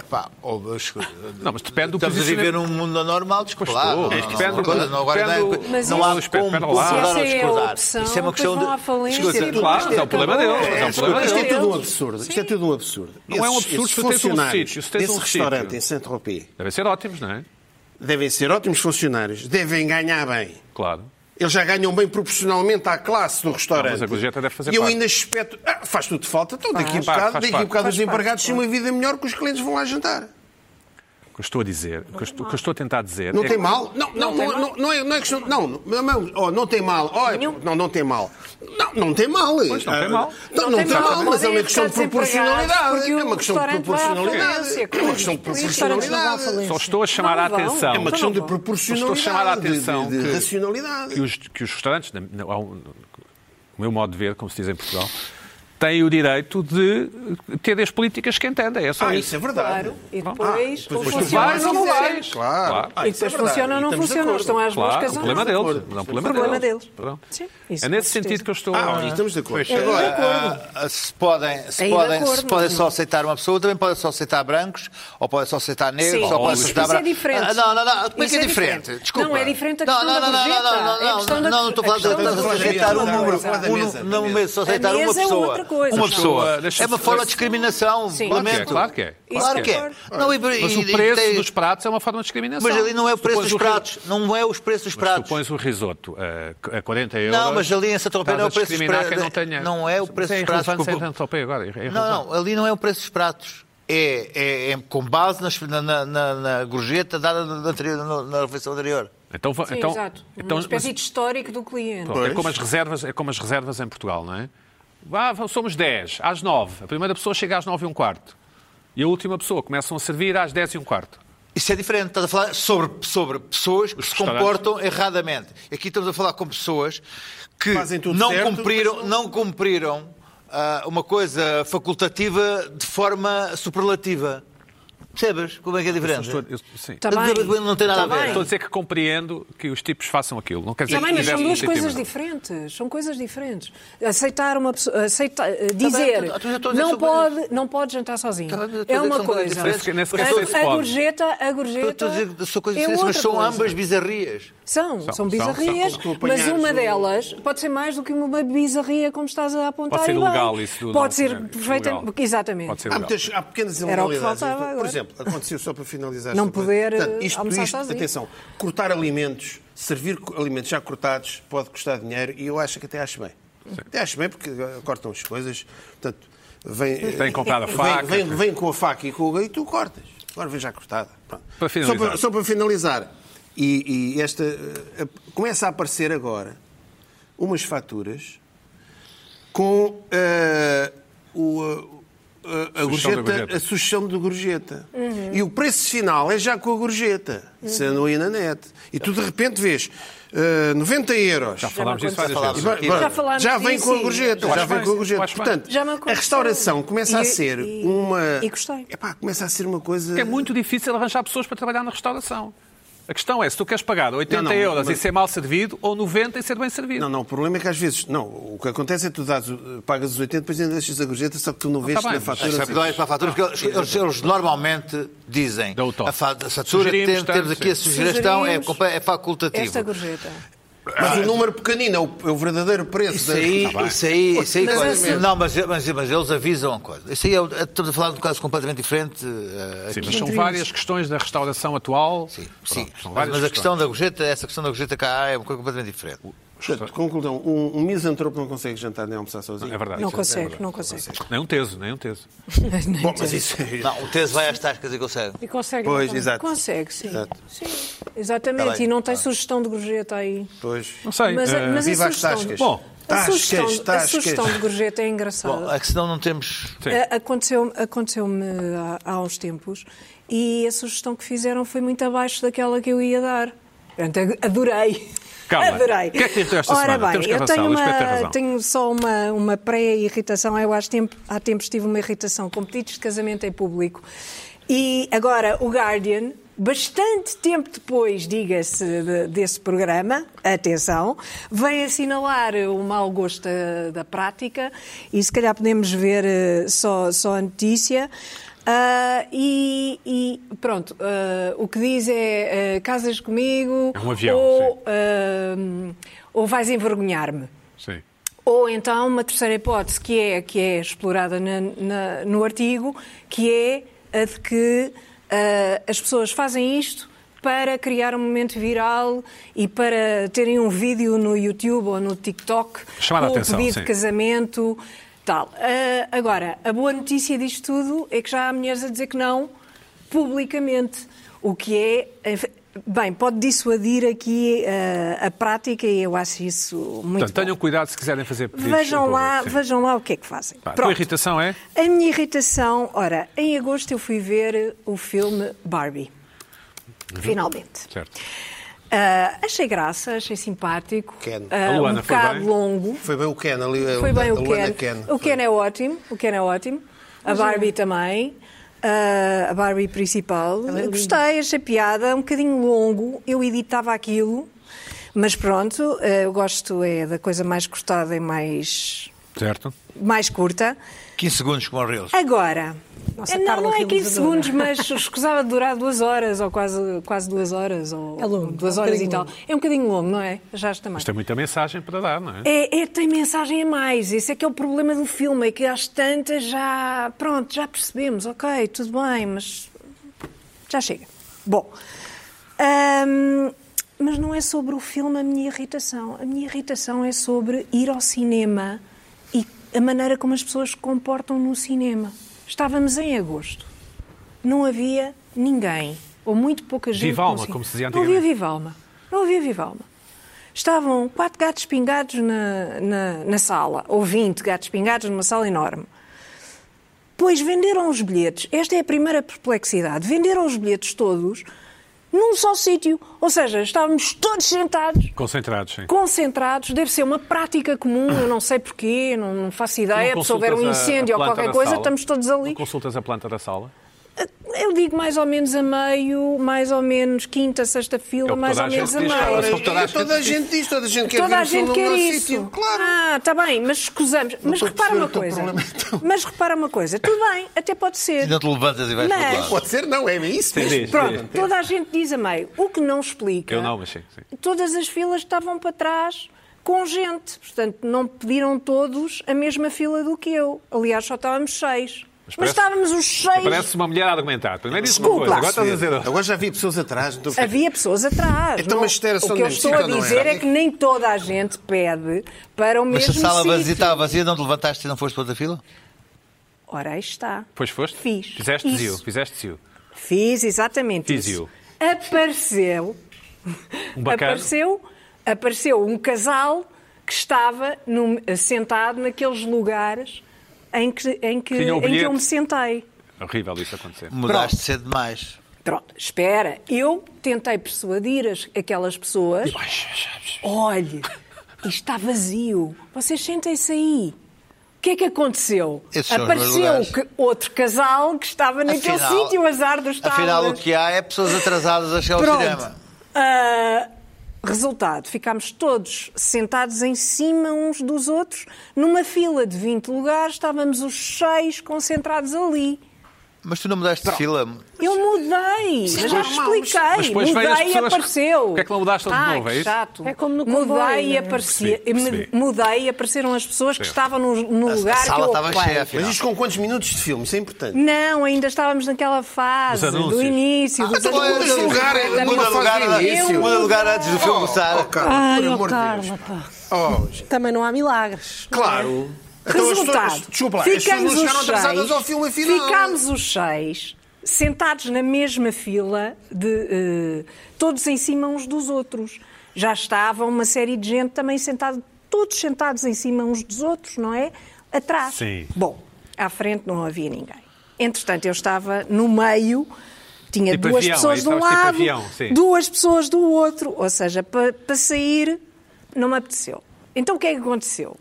pá, oh, mas, Não, mas depende do Estamos a viver posicionamento. num mundo anormal, desculpa. Pois estou, Claro, mas depende do- agora- não, agora depende não é- do- Mas não há isso- como espera lá. concordar ou Se essa é a discordar. opção, Isto é uma depois questão vão à de. falência. Tipo, Escuta, Tudo Claro, mas é o problema acabou. deles. É um problema Isto é deles. tudo um absurdo. Isto é tudo um absurdo. Não é um Esses- absurdo esses se tu tens um funcionários sítio, se tens desse um restaurante sítio. em Saint-Tropez Devem ser ótimos, não é? devem ser ótimos funcionários, devem ganhar bem. Claro. Eles já ganham bem proporcionalmente à classe do restaurante. mas a gorjeta deve fazer E eu parte. ainda espeto. Ah, faz tudo falta. Então, daqui a Faz parte, bocado, faz daqui a parte. bocado Faz os empregados parte, têm uma vida melhor que os clientes vão lá jantar. O que eu estou a dizer, o que eu estou, o que eu estou a tentar dizer. Não é tem que- mal? Não, não, não, não, não é, não é questão. Não, não, não, oh, não tem mal. Oh, é- não, não tem mal. Não, não tem mal. Ah, Pois, não tem mal. Não, não tem tem mal, mal, mas é podem uma questão de ficar desempregados, proporcionalidade. porque É o uma questão de restaurante vai à proporcionalidade. falência, É uma questão de claro. Os restaurantes não vão à proporcionalidade. falência. Então Só estou a chamar Não a vão. atenção. É uma questão de Só proporcionalidade. Estou a chamar a atenção de, de que- racionalidade. que os, que os restaurantes, na- na- há um- o meu modo de ver, como se diz em Portugal, têm o direito de ter as políticas que entendem. É só Ah, isso. isso é verdade. Claro. E depois, ou depois tu funciona vais ou não é ou não vais. Claro. Claro. Ah, E isso é depois verdade. funciona ou não Estamos de funciona. acordo. Estão às Claro, moscas. o ou problema não. deles. Não, o problema, Problema deles. deles. Perdão. Sim, isso é com nesse sentido certeza. que eu estou Ah, a... olha, estamos de acordo. Agora, Agora, ah, se podem, se Aí de podem, acordo, se podem mas- só aceitar uma pessoa, também podem só aceitar brancos, ou podem só aceitar negros, Sim. ou Ou podem isso- aceitar isso é brancos. diferente. Ah, Não, não, não. Como é que Isso é é diferente? diferente. Desculpa. Não, é diferente a questão não, da não, não, gorjeta. Não, não, É a não, questão não, da- não estou a falar a questão de da só gorjeta. aceitar um Estamos a número. falar da Um mesa, nu- da Não, mesa. mas só aceitar A uma mesa é pessoa. outra coisa. Uma pessoa. Deixa-me- É uma forma de discriminação. Sim. Claro que é, Lamento. claro que é. Claro que é. Isso concordo. Não, e- Mas e- o e preço tem- dos pratos é uma forma de discriminação. Mas ali não é o Se tu preço pões dos o ri- pratos. Não é os preços dos Mas tu pratos. pões o risoto a, a 40 euros... Não, mas ali em Santa estás Tropez não é a o preço dos discriminar pratos. quem não tenha... Não é o Mas preço dos pratos. irrelevante ser em Santa Tropez agora. é irrelevante. Não, não, ali não é o preço dos pratos. É, é, é com base nas- na, na- na- na gorjeta dada na, anterior- na- na refeição anterior. Então, va- Sim, então, exato. então, Uma espécie mas- de histórico do cliente. Pronto, é, como as reservas, é como as reservas em Portugal, não é? Vá, vá, somos 10, às 9. A primeira pessoa chega às 9 e um quarto. E a última pessoa começam a servir às 10 e um quarto. Isso é diferente. Estás a falar sobre, sobre pessoas que se restaurantes. comportam erradamente. Aqui estamos a falar com pessoas que Fazem tudo não, certo, cumpriram, mas não cumpriram ah, uma coisa facultativa de forma superlativa. Percebes como é que é Eu diferente? estou- eu- sim. Tá bem. Não tem nada Tá a ver. bem. Estou a dizer que compreendo que os tipos façam aquilo. Não quer dizer Também, que mas são tivesse duas legitima, coisas não. diferentes. São coisas diferentes. Aceitar uma pessoa. aceitar- eh, Tá dizer. então, eu estou a dizer Não sobre- pode, não pode jantar sozinho. Tá bem, eu estou É a dizer que uma são coisas coisa. diferentes. Nesse- nesse A- caso, isso A pode. gorjeta. A Estou- Estou a dizer gorjeta. que são coisas é diferentes, mas outra são coisa. ambas bizarrias. São, São, são, são, bizarrias, são. Tu apanhares mas uma o- delas pode ser mais do que uma bizarria, como estás a apontar. Pode ser e bem. ilegal isso do Pode não- ser é, isso é perfeitamente. ilegal. Exatamente. Pode ser Há, legal. muitas, há pequenas Era o que ilegalidades. faltava Por agora. exemplo, aconteceu só para finalizar. Não só para- poder, Portanto, eh, isto, almoçar isto, sozinho. Atenção, cortar alimentos, servir co- alimentos já cortados pode custar dinheiro e eu acho que até acho bem. Até acho bem porque eh, cortam as coisas. Portanto, vem, eh, Tem que comprar a vem- faca. Vem, vem com a faca e com o e tu cortas. Agora vem já cortada. Pronto. Para só, finalizar. para, só para finalizar. E, e esta eh, ap- começa a aparecer agora umas faturas com eh, o, eh, a, a Sugestão da gorjeta, gorjeta. a sugestão de gorjeta. Uhum. E o preço final é já com a gorjeta. Isso andou aí na net. E tu de repente vês eh, 90 euros. Já falámos disso várias Já vezes. falámos. Agora, Já falámos já vem disso, com a sim. gorjeta, Eu já acho vem bem, com a eu gorjeta. acho bem. Portanto, Já me a aconteceu. restauração começa a E- ser e- uma. e gostei. Epá, começa a ser uma coisa. Porque é muito difícil arranjar pessoas para trabalhar na restauração. A questão é se tu queres pagar 80 Não, não, euros mas- e ser mal servido ou 90 e ser bem servido. Não, não, o problema é que às vezes. Não, o que acontece é que tu dás, o- pagas os 80, depois ainda deixas a gorjeta, só que tu não tá vês bem, mas na fatura. Sabe, olha para a fatura, porque eles, eles- eles normalmente dizem Dão o toque. a, fa- a fatura Sugerimos, tem- temos tanto, aqui a sim. sugestão, é, Sugerimos compa- é facultativo. Esta gorjeta. Mas o número pequenino é o, é o verdadeiro preço. Isso da- aí, Tá bem. isso aí, isso aí. Mas assim- coisa- esse- Não, mas, mas, mas eles avisam a coisa. Isso aí é, é- estamos a falar de um caso completamente diferente. eh, Sim, aqui. mas são várias questões da restauração atual. Sim, Pronto, sim. são Mas, várias mas a questão da gorjeta, essa questão da gorjeta cá é uma coisa completamente diferente. Portanto, conclusão, um, um misantropo não consegue jantar nem almoçar sozinho. É verdade. Não isso é- consegue, não consegue. Nem um teso, nem um teso. Bom, mas isso é... Não, o teso vai às tascas e consegue. E consegue. Pois, então. exato. Consegue, sim. Exato. Sim, exatamente. Tá bem. e não tem sugestão de gorjeta aí. Pois. Não sei. Mas, a- eh, mas a viva as sugestão. tascas. Bom, a tascas, sugestão, a tascas. sugestão de gorjeta é engraçada. Bom, é que senão não temos. Sim. A- Aconteceu-me aconteceu há, há uns tempos e a sugestão que fizeram foi muito abaixo daquela que eu ia dar. Portanto, ag- adorei. Calma. Adorei. O que é que irritou esta Ora semana? bem, Temos que eu avançar, tenho, Luís Pedro tem uma, razão. tenho só uma, uma pré-irritação. Eu acho tempo, há tempos tive uma irritação com pedidos de casamento em público. E agora o Guardian, bastante tempo depois, diga-se, de- desse programa, atenção, vem assinalar o mau gosto eh, da- da prática e se calhar podemos ver eh, só, só a notícia. Ah, e, e, pronto, ah, o que diz é eh, casas comigo É um avião, ou, sim. ah, ou vais envergonhar-me. Sim. Ou então uma terceira hipótese que é, que é explorada na- na- no artigo, que é a de que ah, as pessoas eh, fazem isto para criar um momento viral e para terem um vídeo no YouTube ou no TikTok Chamar a com o atenção, pedido sim. de casamento, tal. Ah, agora, a boa notícia disto tudo é que já há mulheres a dizer que não publicamente, o que é... enfim, Bem, pode dissuadir aqui ah, a prática e eu acho isso muito Portanto, tenham bom. cuidado se quiserem fazer pedidos. Vejam em lá, público, sim. vejam lá o que é que fazem. Pá, a tua Pronto. irritação é? A minha irritação, ora, em agosto eu fui ver o filme Barbie. Finalmente. Uhum. Certo. Ah, achei graça, achei simpático. Ken. Ah, A Luana um foi bocado bem? longo. Foi bem o Ken ali. a- Foi bem a o Luana Ken. O Foi. Ken é ótimo, o Ken é ótimo. A Barbie também. Ah, a Barbie principal. é Eu Gostei, achei piada, um bocadinho longo. Eu editava aquilo, mas pronto, ah, eu gosto é da coisa mais cortada e mais, Certo. mais curta. 15 segundos com o Reels. Agora, Nossa, não, Carla não é Rebelo de 15 Doura. segundos, mas escusava de durar duas horas, ou quase, quase duas horas, ou É longo, duas é um horas e bocadinho tal. longo. É um bocadinho longo, não é? Já está mais. Mas tem muita mensagem para dar, não é? É, é, tem mensagem a mais, esse é que é o problema do filme, é que às tantas já, pronto, já percebemos, ok, tudo bem, mas já chega. Bom, hum, mas não é sobre o filme a minha irritação, a minha irritação é sobre ir ao cinema e a maneira como as pessoas se comportam no cinema. Estávamos em agosto, não havia ninguém, ou muito pouca gente. Vivalma, no cinema. como se dizia Não havia antigamente. Vivalma, não havia Vivalma. Estavam quatro gatos pingados na, na, na sala, ou 20 gatos pingados numa sala enorme. Pois venderam os bilhetes. Esta é a primeira perplexidade. Venderam os bilhetes todos num só sítio. Ou seja, estávamos todos sentados, Concentrados, sim. concentrados. Deve ser uma prática comum, eu não sei porquê, não, não faço ideia. Não Se houver um consultas a- a incêndio ou planta qualquer da coisa, sala? estamos todos Não ali. consultas a planta da sala? Eu digo mais ou menos a meio, mais ou menos quinta, sexta É fila, o que mais toda ou a menos a gente um diz, meio. Carla, Ora, Só toda a e Toda a gente diz, toda a gente quer é Toda ver a o gente filme no quer melhor isso. sítio. Claro. Ah, está bem, mas escusamos. mas estou a repara perceber uma o teu coisa. problema, então. Mas repara uma coisa. Tudo bem, até pode ser. E não te levantas e vais Mas- para o outro lado. Pode ser, não, é isso Sim, mesmo. diz, Pronto, diz. toda a gente diz a meio. O que não explica. Eu não, mas sim. sim. Todas as filas estavam para trás com gente. Portanto, não pediram todos a mesma fila do que eu. Aliás, só estávamos seis. Mas, parece- estávamos os seis. Parece uma mulher a argumentar. Primeiro disse é uma É Desculpa. coisa, agora estás a dizer outra. Agora já havia pessoas atrás. Então... Havia pessoas atrás. Então, não- é? mas isto era só o que eu nesse estou a sítio, não era? dizer é que nem toda a gente pede para o Mas se mesmo assim, a sala vazia sítio. estava vazia, não te levantaste e não foste para outra fila? Ora, aí está. Pois foste? Fiz. Fizeste Isso. zio, fizeste zio. Fiz exatamente Fiz isso. eu. Apareceu. Um bacana. Apareceu, apareceu um casal que estava num- sentado naqueles lugares em que, em que, Tinha o em que bilhete. eu me sentei. Horrível isso acontecer. Mudaste cedo demais. Pronto, espera. Eu tentei persuadir as- aquelas pessoas. Olhe, isto está vazio. Vocês sentem-se aí. O que é que aconteceu? Esses são os Apareceu meus lugares. que- outro casal que estava naquele Afinal- sítio, azar dos tábuas. Afinal, o que há é pessoas atrasadas a chegar ao cinema. Pronto. Ah, resultado, ficámos todos sentados em cima uns dos outros, numa fila de 20 lugares, estávamos os seis concentrados ali. Mas tu não mudaste de fila. Eu mudei, mas já expliquei. Mas depois veio as mudei e pessoas que- apareceu. Porque é que não mudaste de Ai, novo, é que isso? chato. É como no mudei comboio, não e é? aparecia, Percebi, percebi. mudei e apareceram as pessoas que Certo. estavam no, no A- lugar a sala que eu estava ocupei. cheia, Mas afinal. isto com quantos minutos de filme? Isso é importante. Não, ainda estávamos naquela fase Os do anúncios. início. dos então anúncios. muda de lugar, Da é muda minha de lugar, família. isso. Eu Muda de lugar antes do filme Oh, começar. oh, Carla, Ai, por ó amor de Carla, Deus. pá. Oh, gente, Também não há milagres. claro. Então as Resultado. pessoas, desculpa lá, as pessoas não ficámos chegaram os atrasadas seis, ao filme afinal. Ficámos os seis sentados na mesma fila, de, eh, todos em cima uns dos outros. Já estava uma série de gente também sentada, todos sentados em cima uns dos outros, não é? Atrás. Sim. Bom, à frente não havia ninguém. Entretanto, eu estava no meio, tinha Tipo duas avião, pessoas de um estavas tipo lado, avião, sim. duas pessoas do outro. Ou seja, para sair, não me apeteceu. Então o que é que aconteceu?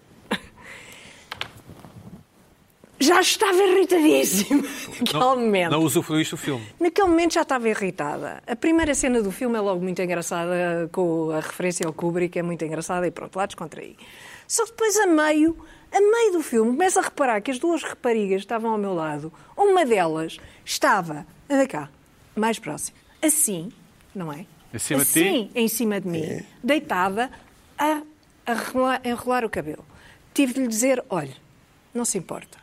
Já estava irritadíssima naquele Não, momento. não usufruíste o filme. Naquele momento já estava irritada. A primeira cena do filme é logo muito engraçada, com a referência ao Kubrick, é muito engraçada e pronto, lá descontraí. Só que depois, a meio, a meio do filme, começo a reparar que as duas raparigas que estavam ao meu lado. Uma delas estava, anda cá, mais próxima, assim, não é? Acima de ti? assim, em cima de mim, deitada, a, a enrolar, a enrolar o cabelo. Tive de lhe dizer: olha, não se importa.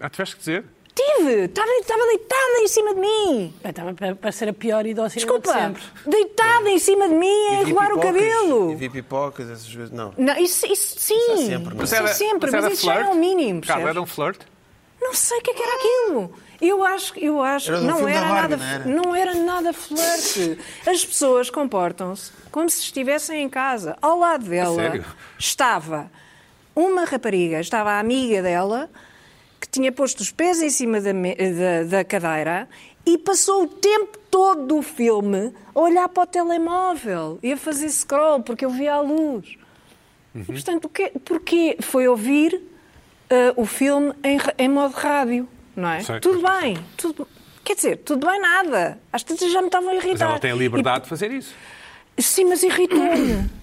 Ah, tiveste que dizer? tive. Estava, estava deitada em cima de mim. Estava para- para ser a pior ida ao cinema de Desculpa. sempre. Deitada em cima de mim a E vi enrolar o pipocas, cabelo. E vi pipocas, essas coisas. Não. Não, isso, isso sim. há sempre, não é? Isso há sempre, mas, isso já flirt? era o mínimo. Carla, percebes? era um flirt? Não sei o que é que era aquilo. Eu acho que eu acho Era do não filme da era Barbie, nada não era? não era nada flerte. As pessoas comportam-se como se estivessem em casa. Ao lado A dela sério? estava uma rapariga, estava a amiga dela que tinha posto os pés em cima da, me- da- da cadeira e passou o tempo todo do filme a olhar para o telemóvel e a fazer scroll porque eu via a luz. Uhum. E, portanto, o quê- porquê foi ouvir ah, o filme em, ra- em modo rádio? Não é? Sei. Tudo bem. Tudo, quer dizer, tudo bem nada. Às tantas já me estavam a irritar. Mas ela tem a liberdade de fazer isso. E- sim, mas irritou-me.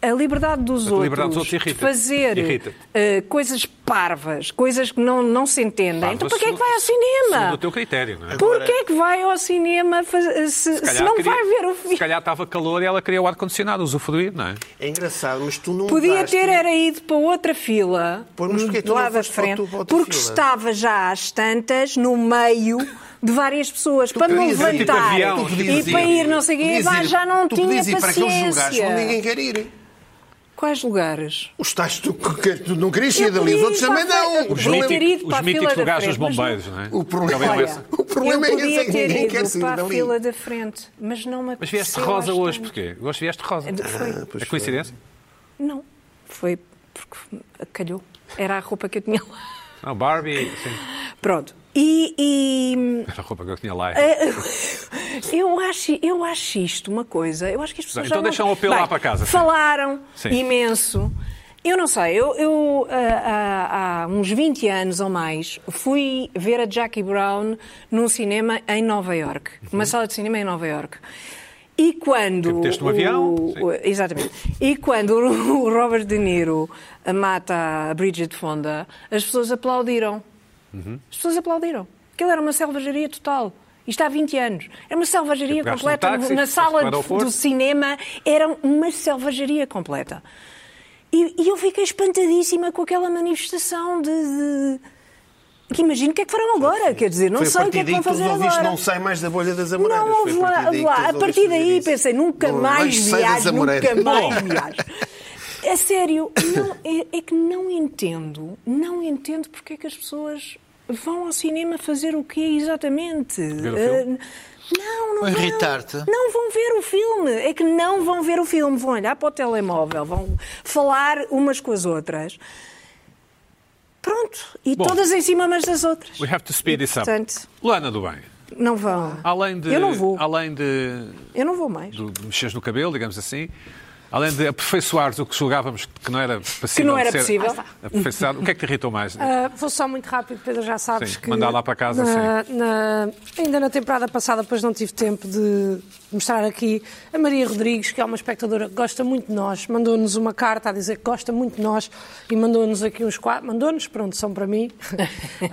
A liberdade dos A outros, liberdade dos outros irrita-te. de fazer Irrita-te. ah, coisas parvas, coisas que não, não se entendem. então, para que é que vai ao Segundo cinema? o teu critério, não é? Porquê é que vai ao cinema faz- eh, se, se calhar não queria- vai ver o Se filme? calhar estava calor e ela queria o ar-condicionado, usufruir, não é? É engraçado, mas tu não Podia mudaste. ter era ido para outra fila, Pois, mas porquê é que tu lá não da foste para frente, outra- para outra porque fila? estava já às tantas, no meio de várias pessoas, para me podias ir, levantar tipo avião, Tu e podias para ir não sei o quê, podias vá, ir- já não tu tinha podias ir paciência. para aqueles lugares onde ninguém quer ir. Quais lugares? Os tais tu, que tu não querias sair Eu dali, os podia outros ir para também a fe- não. Os O Os, Podia problema- ter míticos, ido os para a fila míticos da lugares dos frente, mas não- bombeiros, não é? O problema, Também não é Olha, essa. o problema é eu esse, podia é que ter ninguém ido quer sair para a dali. fila da frente, mas não me Mas vieste apeteceu rosa às hoje, tantas. porquê? Gosto vieste rosa. Então, Foi. É coincidência? Não, foi porque calhou. Era a roupa que eu tinha lá. Não, Barbie, sim. Pronto. E- e Era a roupa que eu tinha lá. É. Eu acho, eu acho isto uma coisa. Eu acho que as pessoas Então já deixa não... um apelo Bem, lá para casa, sim. Falaram Sim. imenso. Eu não sei, eu, eu, ah, ah, há uns 20 anos ou mais fui ver a Jackie Brown num cinema em Nova York, Uhum. uma sala de cinema em Nova York. E quando. Que meteste um avião, o- sim. Exatamente. E quando o Robert De Niro mata a Bridget Fonda, as pessoas aplaudiram. As pessoas aplaudiram. Aquilo era uma selvageria total. Isto há 20 anos. Era uma selvageria Pegaste completa. um táxi, Na foste sala para o de- Porto. do cinema era uma selvageria completa. E, e eu fiquei espantadíssima com aquela manifestação de. de- Que imagino o que é que farão agora. Quer dizer, não Foi a sei o partir que é que daí vão que tu fazer resolviste agora. não sai mais da bolha das amoreiras. Não houve Foi lá, daí que tu lá. A resolveste partir daí fazer isso. pensei, nunca Não mais vais sair das viajo, nunca amoreiras. mais viajo. É sério, não- é, é que não entendo, não entendo porque é que as pessoas vão ao cinema fazer o quê exatamente? o filme? Ah, não, não Vai vão. irritar-te? Não vão ver o filme. É que não vão ver o filme. Vão olhar para o telemóvel, vão falar umas com as outras. Pronto. E Bom. todas em cima umas das outras. We have to speed this up. Portanto, Luana do Bem, não vão. além de, Eu não vou. Além de, Eu não vou mais. do- de mexeres no cabelo, digamos assim, além de aperfeiçoares o que julgávamos que não era possível Que não era de ser possível. aperfeiçoado, o que é que te irritou mais? Ah, vou só muito rápido, Pedro, já sabes Sim, que. mandar lá para casa, na- na- ainda na temporada passada, depois não tive tempo de mostrar aqui a Maria Rodrigues, que é uma espectadora que gosta muito de nós, mandou-nos uma carta a dizer que gosta muito de nós e mandou-nos aqui uns quatro. Mandou-nos, pronto, são para mim.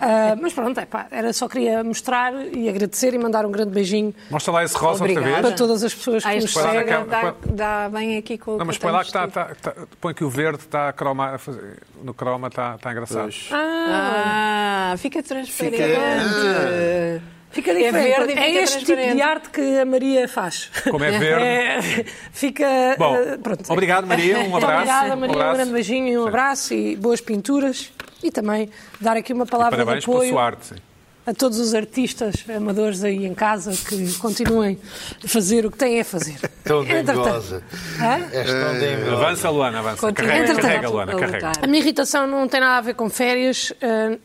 Ah, mas pronto, epá, era só queria mostrar e agradecer e mandar um grande beijinho Mostra lá esse rosa outra Obrigada. para vez. todas as pessoas que Ah, nos este Põe lá na seguem. programa câmara, dá, dá bem aqui com o Não, que mas eu põe lá tenho que tá- está, vestido. está, está, põe que o verde está a croma, a fazer- no croma está, está engraçado. Ah, fica transparente. Ah. Fica É diferente. verde e é fica este tipo de transparente. arte que a Maria faz. Como é verde. É, fica. Bom, eh, pronto. obrigado, Maria, um Muito abraço. Obrigada, Maria. Um Um, abraço. grande beijinho, e um abraço e boas pinturas. E também dar aqui uma palavra Parabéns de pela apoio sua arte. sim. a todos os artistas amadores aí em casa que continuem a fazer o que têm a fazer. Tão Entretanto- dengosa. Hã? És tão dengosa. Avança, Luana, avança. Continua Carrega, a carrega, lutar. Luana, carrega. A minha irritação não tem nada a ver com férias. Ah,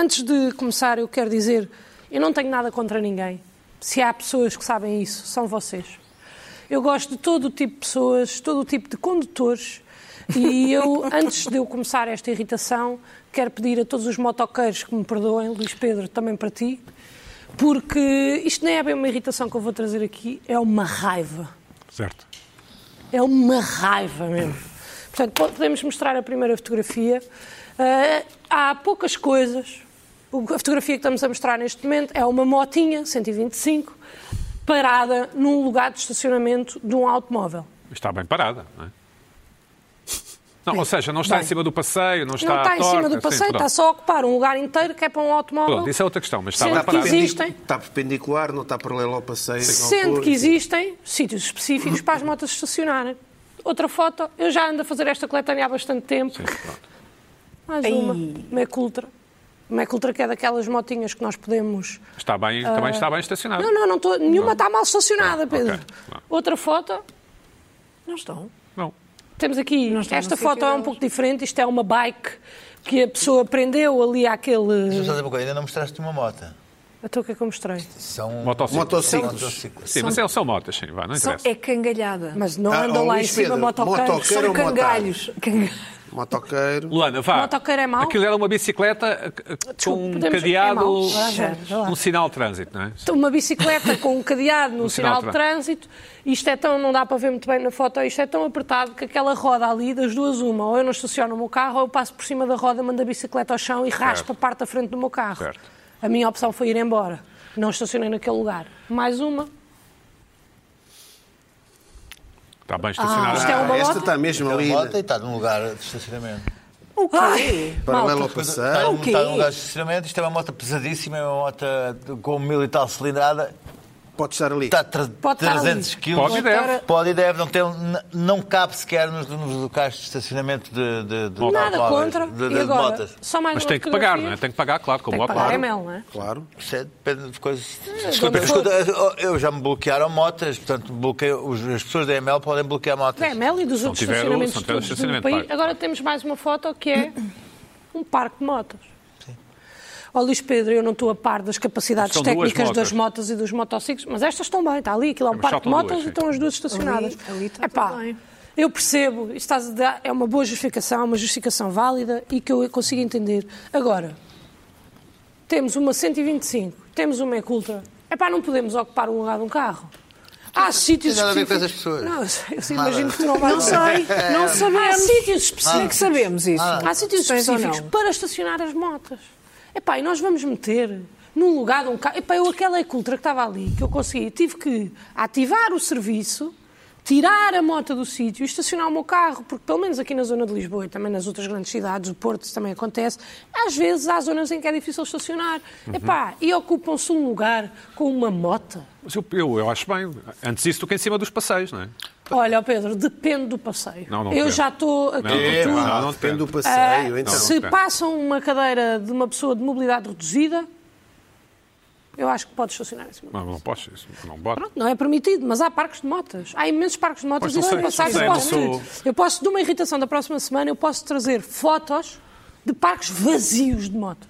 Antes de começar, eu quero dizer, eu não tenho nada contra ninguém. Se há pessoas que sabem isso, são vocês. Eu gosto de todo o tipo de pessoas, todo o tipo de condutores. E eu, antes de eu começar esta irritação, quero pedir a todos os motoqueiros que me perdoem, Luís Pedro, também para ti, porque isto nem é bem uma irritação que eu vou trazer aqui, é uma raiva. Certo. É uma raiva mesmo. Portanto, po- podemos mostrar a primeira fotografia. Ah, há poucas coisas. O- A fotografia que estamos a mostrar neste momento é uma motinha 125 parada num lugar de estacionamento de um automóvel. Está bem parada, não é? Não, ou seja, não está Bem. em cima do passeio, não está não está à em cima torta, do sim, passeio, pronto. está só a ocupar um lugar inteiro que é para um automóvel. Pronto, isso é outra questão, mas está sendo lá que parado. existem, Está perpendicular, não está paralelo ao é passeio. não sendo pôs. que existem sítios específicos para as motas estacionarem. Outra foto, eu já ando a fazer esta coletânea há bastante tempo. Mais Ai. uma, uma cultra. Uma cultra que é daquelas motinhas que nós podemos Está bem, também está bem Ah. estacionado. Não, não, não tô, nenhuma está mal estacionada, ok, Pedro. não. Outra foto, Não estão. Não. temos aqui. Não está no esta sítio foto é um delas. pouco diferente. Isto é uma bike que a pessoa prendeu ali àquele. Mas olha uma coisa, ainda não mostraste uma moto. Então o que é que eu mostrei? São Motociclos. Motociclos. motociclos. Sim, mas é- são motas, sim, vá, não São- interessa. é cangalhada. Mas não Ah, andam oh, lá em Luís cima Pedro, motoqueiros. motoqueiro São ou motar? cangalhos. Canga- Motoqueiro. Luana, vá. Motoqueiro é mau? Aquilo era uma bicicleta eh, eh, Desculpe, com um podemos- é cadeado, mau. Vá lá, vá lá. um sinal de trânsito, não é? Uma bicicleta com um cadeado no sinal sinal de de trânsito, isto é tão, não dá para ver muito bem na foto, isto é tão apertado que aquela roda ali, das duas, uma, ou eu não estaciono o meu carro, ou eu passo por cima da roda, mando a bicicleta ao chão e raspo a parte da frente do meu carro. Certo. A minha opção foi ir embora. Não estacionei naquele lugar. Mais uma. Está bem estacionado. isto é uma Ah, esta tá moto? está mesmo Aquela ali, moto e está num lugar de estacionamento. O quê? Ai. um paralelo ao Malta. Está, passeio. num- o quê? está num lugar de estacionamento, isto é uma moto pesadíssima, é uma moto com mil e tal cilindrada, Pode estar ali. Tá. está a tra- Pode estar 300 ali. Tá, quilos. Pode e deve. Pode e deve, não, tem, n- não cabe sequer nos, nos locais de estacionamento de, de, de Nada automóveis, contra. de, de- e de agora? motas. Só mais Mas uma tem que pagar, fotografia. não é? Tem que pagar, claro, como Tem que lá pagar, é claro. mel, não é? Claro. Isso é- depende de coisas. Desculpa, Escuta, eu- eu já me bloquearam motas, portanto, bloqueio, os- as pessoas da ML podem bloquear motas. É, Mel e dos outros tiver o- estacionamentos se não tiver o todos do estacionamento país. pago. Agora temos mais uma foto que é um parque de motas. Ó Luís Pedro, eu não estou a par das capacidades São duas técnicas das motas. motos e dos motociclos, mas estas estão bem, está ali, aquilo é um Mas parque faltam de motas duas, e sim. estão as duas estacionadas. Ali- ali está Epá, tudo bem. Eu percebo, isto estás a dar- é uma boa justificação, uma justificação válida e que eu consigo entender. Agora, temos uma 125, temos uma Ecultra. Epá, não podemos ocupar o lugar de um carro. Há sítios nada a ver com específicos- essas pessoas. Não, eu sei, eu sei, Nada. imagino que tu não vais Não sei, não Há sabemos. sítios Como é que específicos. sabemos isso? Há sítios Tens ou específicos não? para estacionar as motas. Epá, e nós vamos meter num lugar de um carro. Epá, eu aquela cultura que estava ali, que eu consegui, tive que ativar o serviço, tirar a moto do sítio e estacionar o meu carro, porque pelo menos aqui na zona de Lisboa e também nas outras grandes cidades, o Porto isso também acontece, às vezes há zonas em que é difícil estacionar. Epá, e ocupam-se um lugar com uma moto. Mas eu, eu, eu acho bem. Antes disso do que em cima dos passeios, não é? Olha, ó Pedro, depende do passeio. Não, não eu depende. já estou Não, aqui. não tu- depende. Ah, não depende depende. do passeio, então. Se depende. passam uma cadeira de uma pessoa de mobilidade reduzida, eu acho que pode estacionar em cima. Não, não posso, isso não bota. Pronto, não é permitido, mas há parques de motas. Há imensos parques de motas Pois, e não se sei, passar, não sei, eu não posso, sou- eu posso, de uma irritação da próxima semana, eu posso trazer fotos de parques vazios de motas.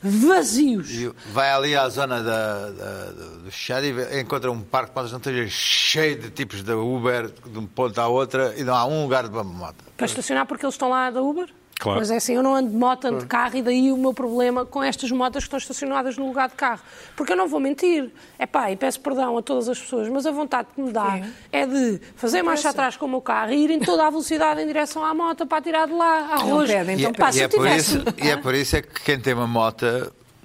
Vazios. E Vai ali à zona da, da- do do Xade e vê- encontra um parque de motas não esteja cheio de tipos da Uber, de um ponto à outra, e não há um lugar de uma moto. Para estacionar porque eles estão lá da Uber? Claro. Mas é assim, eu não ando de moto, ando de carro e daí o meu problema com estas motas que estão estacionadas no lugar de carro. Porque eu não vou mentir. É pá, e peço perdão a todas as pessoas, mas a vontade que me dá é de fazer marcha atrás com o meu carro e ir em toda a velocidade em direção à moto para tirar de lá arroz. pedem, não é pedem. pá, se e, é eu por tivesse... isso, e é por isso é que quem tem uma moto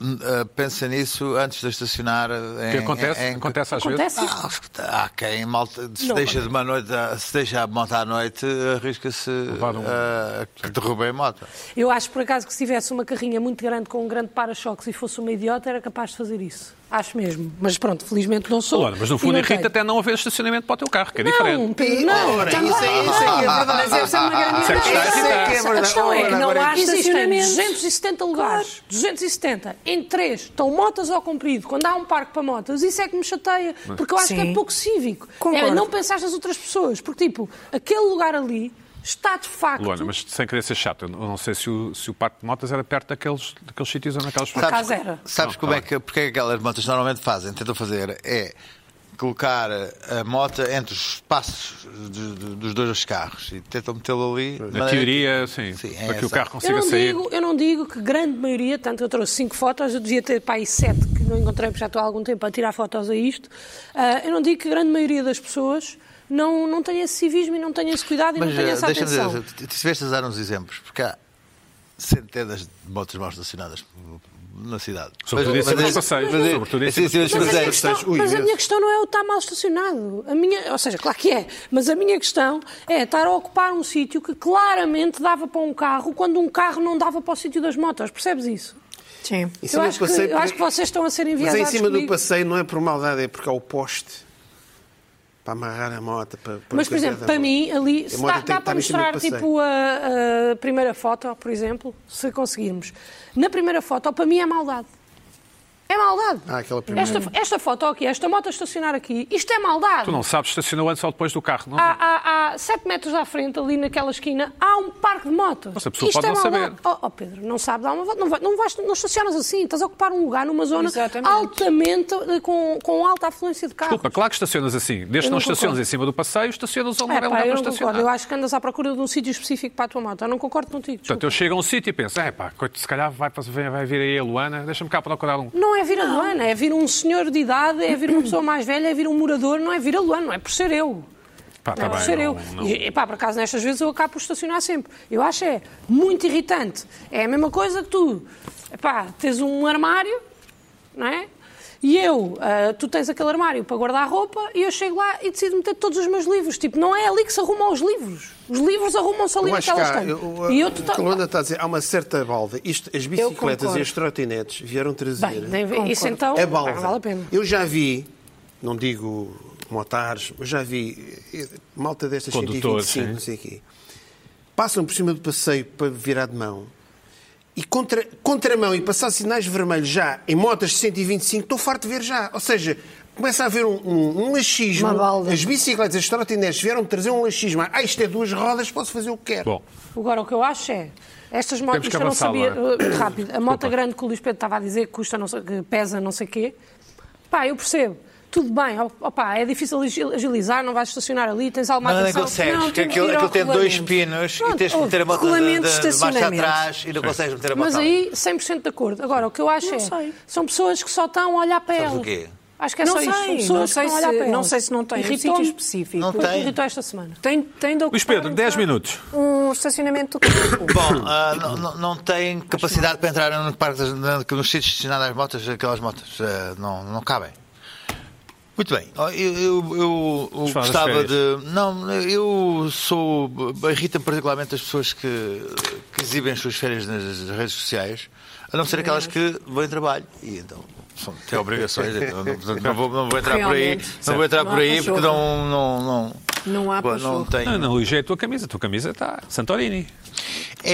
hum, ah, pensa nisso antes de estacionar. É, O que acontece? acontece às vezes. Acontece isso. Ah, escuta, há quem malta, se Não. deixa de uma noite, a- se deixa a moto à noite, arrisca-se Levar um- ah, que derrubem a moto. Eu acho, por acaso, que se tivesse uma carrinha muito grande com um grande para-choques e fosse uma idiota, era capaz de fazer isso. Acho mesmo. Mas pronto, felizmente não sou. Luana, mas no E fundo não irrita tenho. até não haver estacionamento para o teu carro, que é Não, diferente. Pedro, não. Ora, isso é isso é que é verdade. Mas essa é uma grande Isso é que está a ideia. irritar. que é A questão é que não há Existem estacionamentos. 270 lugares. 270. Em três estão motas ao comprido. Quando há um parque para motas, isso é que me chateia. Porque eu acho que é Sim. pouco cívico. Concordo. É não pensar nas outras pessoas. Porque, tipo, aquele lugar ali está de facto. Luana, mas sem querer ser chato, eu não sei se o, se o parque de motas era perto daqueles, daqueles sítios ou naquelas Por acaso era. Sabes Não, como tá é que, porque é que aquelas motas normalmente fazem, tentam fazer, é colocar a moto entre os espaços de- de- dos dois carros e tentam metê-lo ali. de Na maneira teoria, sim, é Sim, é para que o essa. carro Eu consiga não, sair. digo, eu não digo que grande maioria, tanto eu trouxe cinco fotos, eu devia ter para aí sete que não encontrei, porque já estou há algum tempo a tirar fotos a isto. Ah, eu não digo que grande maioria das pessoas não, não tenha esse civismo e não tenha esse cuidado e Mas não tenha eh, essa deixa-me atenção. dizer, tu- tu tiveste a dar uns exemplos, porque há centenas de motos mal estacionadas na cidade. Sobretudo esses mas- dos passeios, mas- sobretudo esses sim, sim, dos mas- Mas a, minha passeios. questão, Ui, mas a esse. minha questão não é o estar mal estacionado. A minha, ou seja, claro que é, mas a minha questão é estar a ocupar um sítio que claramente dava para um carro quando um carro não dava para o sítio das motas. Percebes isso? Sim. Em Eu cima do acho, que, passeio- eu acho que vocês estão a ser Mas enviados. em cima do passeio não é por maldade, é porque há o poste para amarrar a moto. Para, para Mas, por coisa exemplo, da um para moto. mim, ali, A se moto dá, tem que dá estar para em cima do mostrar passeio. tipo a, a primeira foto, por exemplo, se conseguirmos. Na primeira foto, para mim, é maldade. É maldade. Ah, aquela primeira. Esta, esta foto aqui, esta moto a estacionar aqui, isto é maldade. Tu não sabes se estacionou antes ou depois do carro. Não, Ah, Há, há, há 7 metros à frente, ali naquela esquina, há um parque de motos. Mas a pessoa pode não maldade. saber. Oh, oh, Pedro, não sabe dar uma volta. Não, vai, não, vais, não estacionas assim. Estás a ocupar um lugar numa zona Exatamente. altamente, eh, com, com alta afluência de carros. Desculpa, claro que estacionas assim. Desde que Eu não não estacionas concordo. em cima do passeio, estacionas onde É, não é pá, lugar eu para não estacionar. concordo. Eu acho que andas à procura de um sítio específico para a tua moto. Eu não concordo contigo. Portanto, desculpa. eu chego a um sítio e penso, é pá, coito, se calhar vai, vai vai vir aí a Luana, deixa-me cá procurar um. Não é vir a Luana, é vir um senhor de idade, é vir uma pessoa mais velha, é vir um morador, não é vir a Luana, não é por ser eu. Pá, tá não, é por bem, ser não- eu. não- E, pá, por acaso, nestas vezes eu acabo por estacionar sempre. Eu acho é muito irritante. É a mesma coisa que tu, pá, tens um armário, não é? E eu, ah, tu tens aquele armário para guardar a roupa e eu chego lá e decido meter todos os meus livros. Tipo, não é ali que se arrumam os livros. Os livros arrumam-se ali Eu acho que naquela há, estante. eu- E eu o total- que a Luana está a dizer, há uma certa balda. Isto, as bicicletas concordo. e as trotinetes vieram trazer Bem, nem- isso então É a não balda. vale a pena. É Eu já vi, não digo motares, eu já vi eh, malta destas Condutores, 125, sim. não sei o quê. Passam por cima do passeio para virar de mão. E contra, contramão e passar sinais vermelhos já em motas de 125, estou farto de ver já. Ou seja, começa a haver um, um, um laxismo. Uma balda. As bicicletas, as trotinetes vieram trazer um laxismo. Ah, isto é duas rodas, posso fazer o que quero. Bom, Agora, o que eu acho é. Estas Temos motos que eu não avançar, sabia. Laura. Muito rápido. A moto grande que o Luís Pedro estava a dizer que custa, não sei, que pesa não sei quê. Pá, eu percebo. Tudo bem, ó- opá, é difícil agi- agilizar, não vais estacionar ali, tens alguma Mas é não atenção. consegues, Não, porque tem que aquilo, ir ao aquilo tem dois regulamento. pinos e Pronto, tens que meter a moto de, de, regulamento de de marcha estacionamento. atrás e não consegues meter a moto Mas aí, 100% de acordo. Agora, o que eu acho Não é. sei. São pessoas que só estão a olhar para Sabes elas. o quê? Acho que é Não só isso. São sei, pessoas não que sei estão a olhar se- para não elas. sei se não tem um Irritou-me- sítio específico. Não Foi o que tem. Irritou esta semana. Tem, tem de Luís ocupar Pedro, um 10 carro- minutos. Um estacionamento do carro. Bom, ah, não, não- não tem capacidade para entrar no parque das- na- nos sítios destinados às motas, aquelas motas. ah, não, não cabem. Muito bem. Ó, Eu, eu- eu- eu Vamos falar das gostava férias. de. Não, eu sou. Irrita-me particularmente as pessoas que, que exibem as suas férias nas redes sociais, a não ser aquelas que vão em trabalho. E então. São, têm obrigações, então, não, portanto, não vou, não vou entrar por aí, Realmente. não vou entrar Não por há aí pachorra. porque não não não Não há não pachorra. tenho. não, não, Luís, é a tua camisa, a tua camisa está Santorini. É,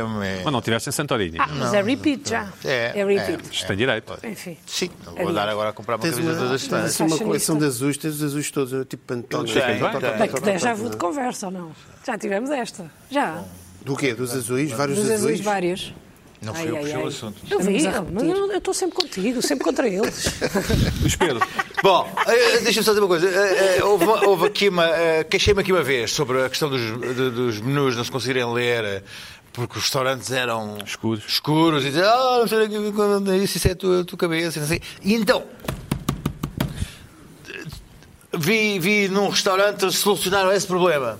é, é, Mas não estiveste em Santorini. Ah, É. mas é repeat já. é, É repeat. Isto tem direito. Enfim. Sim, não vou dar agora a comprar uma Tens uma, camisa todas tens as assim semanas. uma coleção de azuis, tens os azuis todos, eu tipo Pantone. Tem, tem. Bem, que já vou de conversa ou não? Já tivemos esta. Já. Do quê? Dos azuis? Vários Dos azuis azuis? vários. Não fui Ai, eu que ai, puxei o ai. assunto. Eu vi, Estamos a mas eu eu estou sempre contigo, sempre contra eles. Luís Pedro, Bom, eh, deixa-me só dizer uma coisa. Eh, eh, Houve, uma- houve aqui uma. eh, Queixei-me aqui uma vez sobre a questão dos, de- dos menus não se conseguirem ler. eh, Porque os restaurantes eram Escuros. escuros e dizer, ah, não sei o que- isso, isso é a tua, tua cabeça, e não sei. E então, vi, vi num restaurante solucionaram esse problema.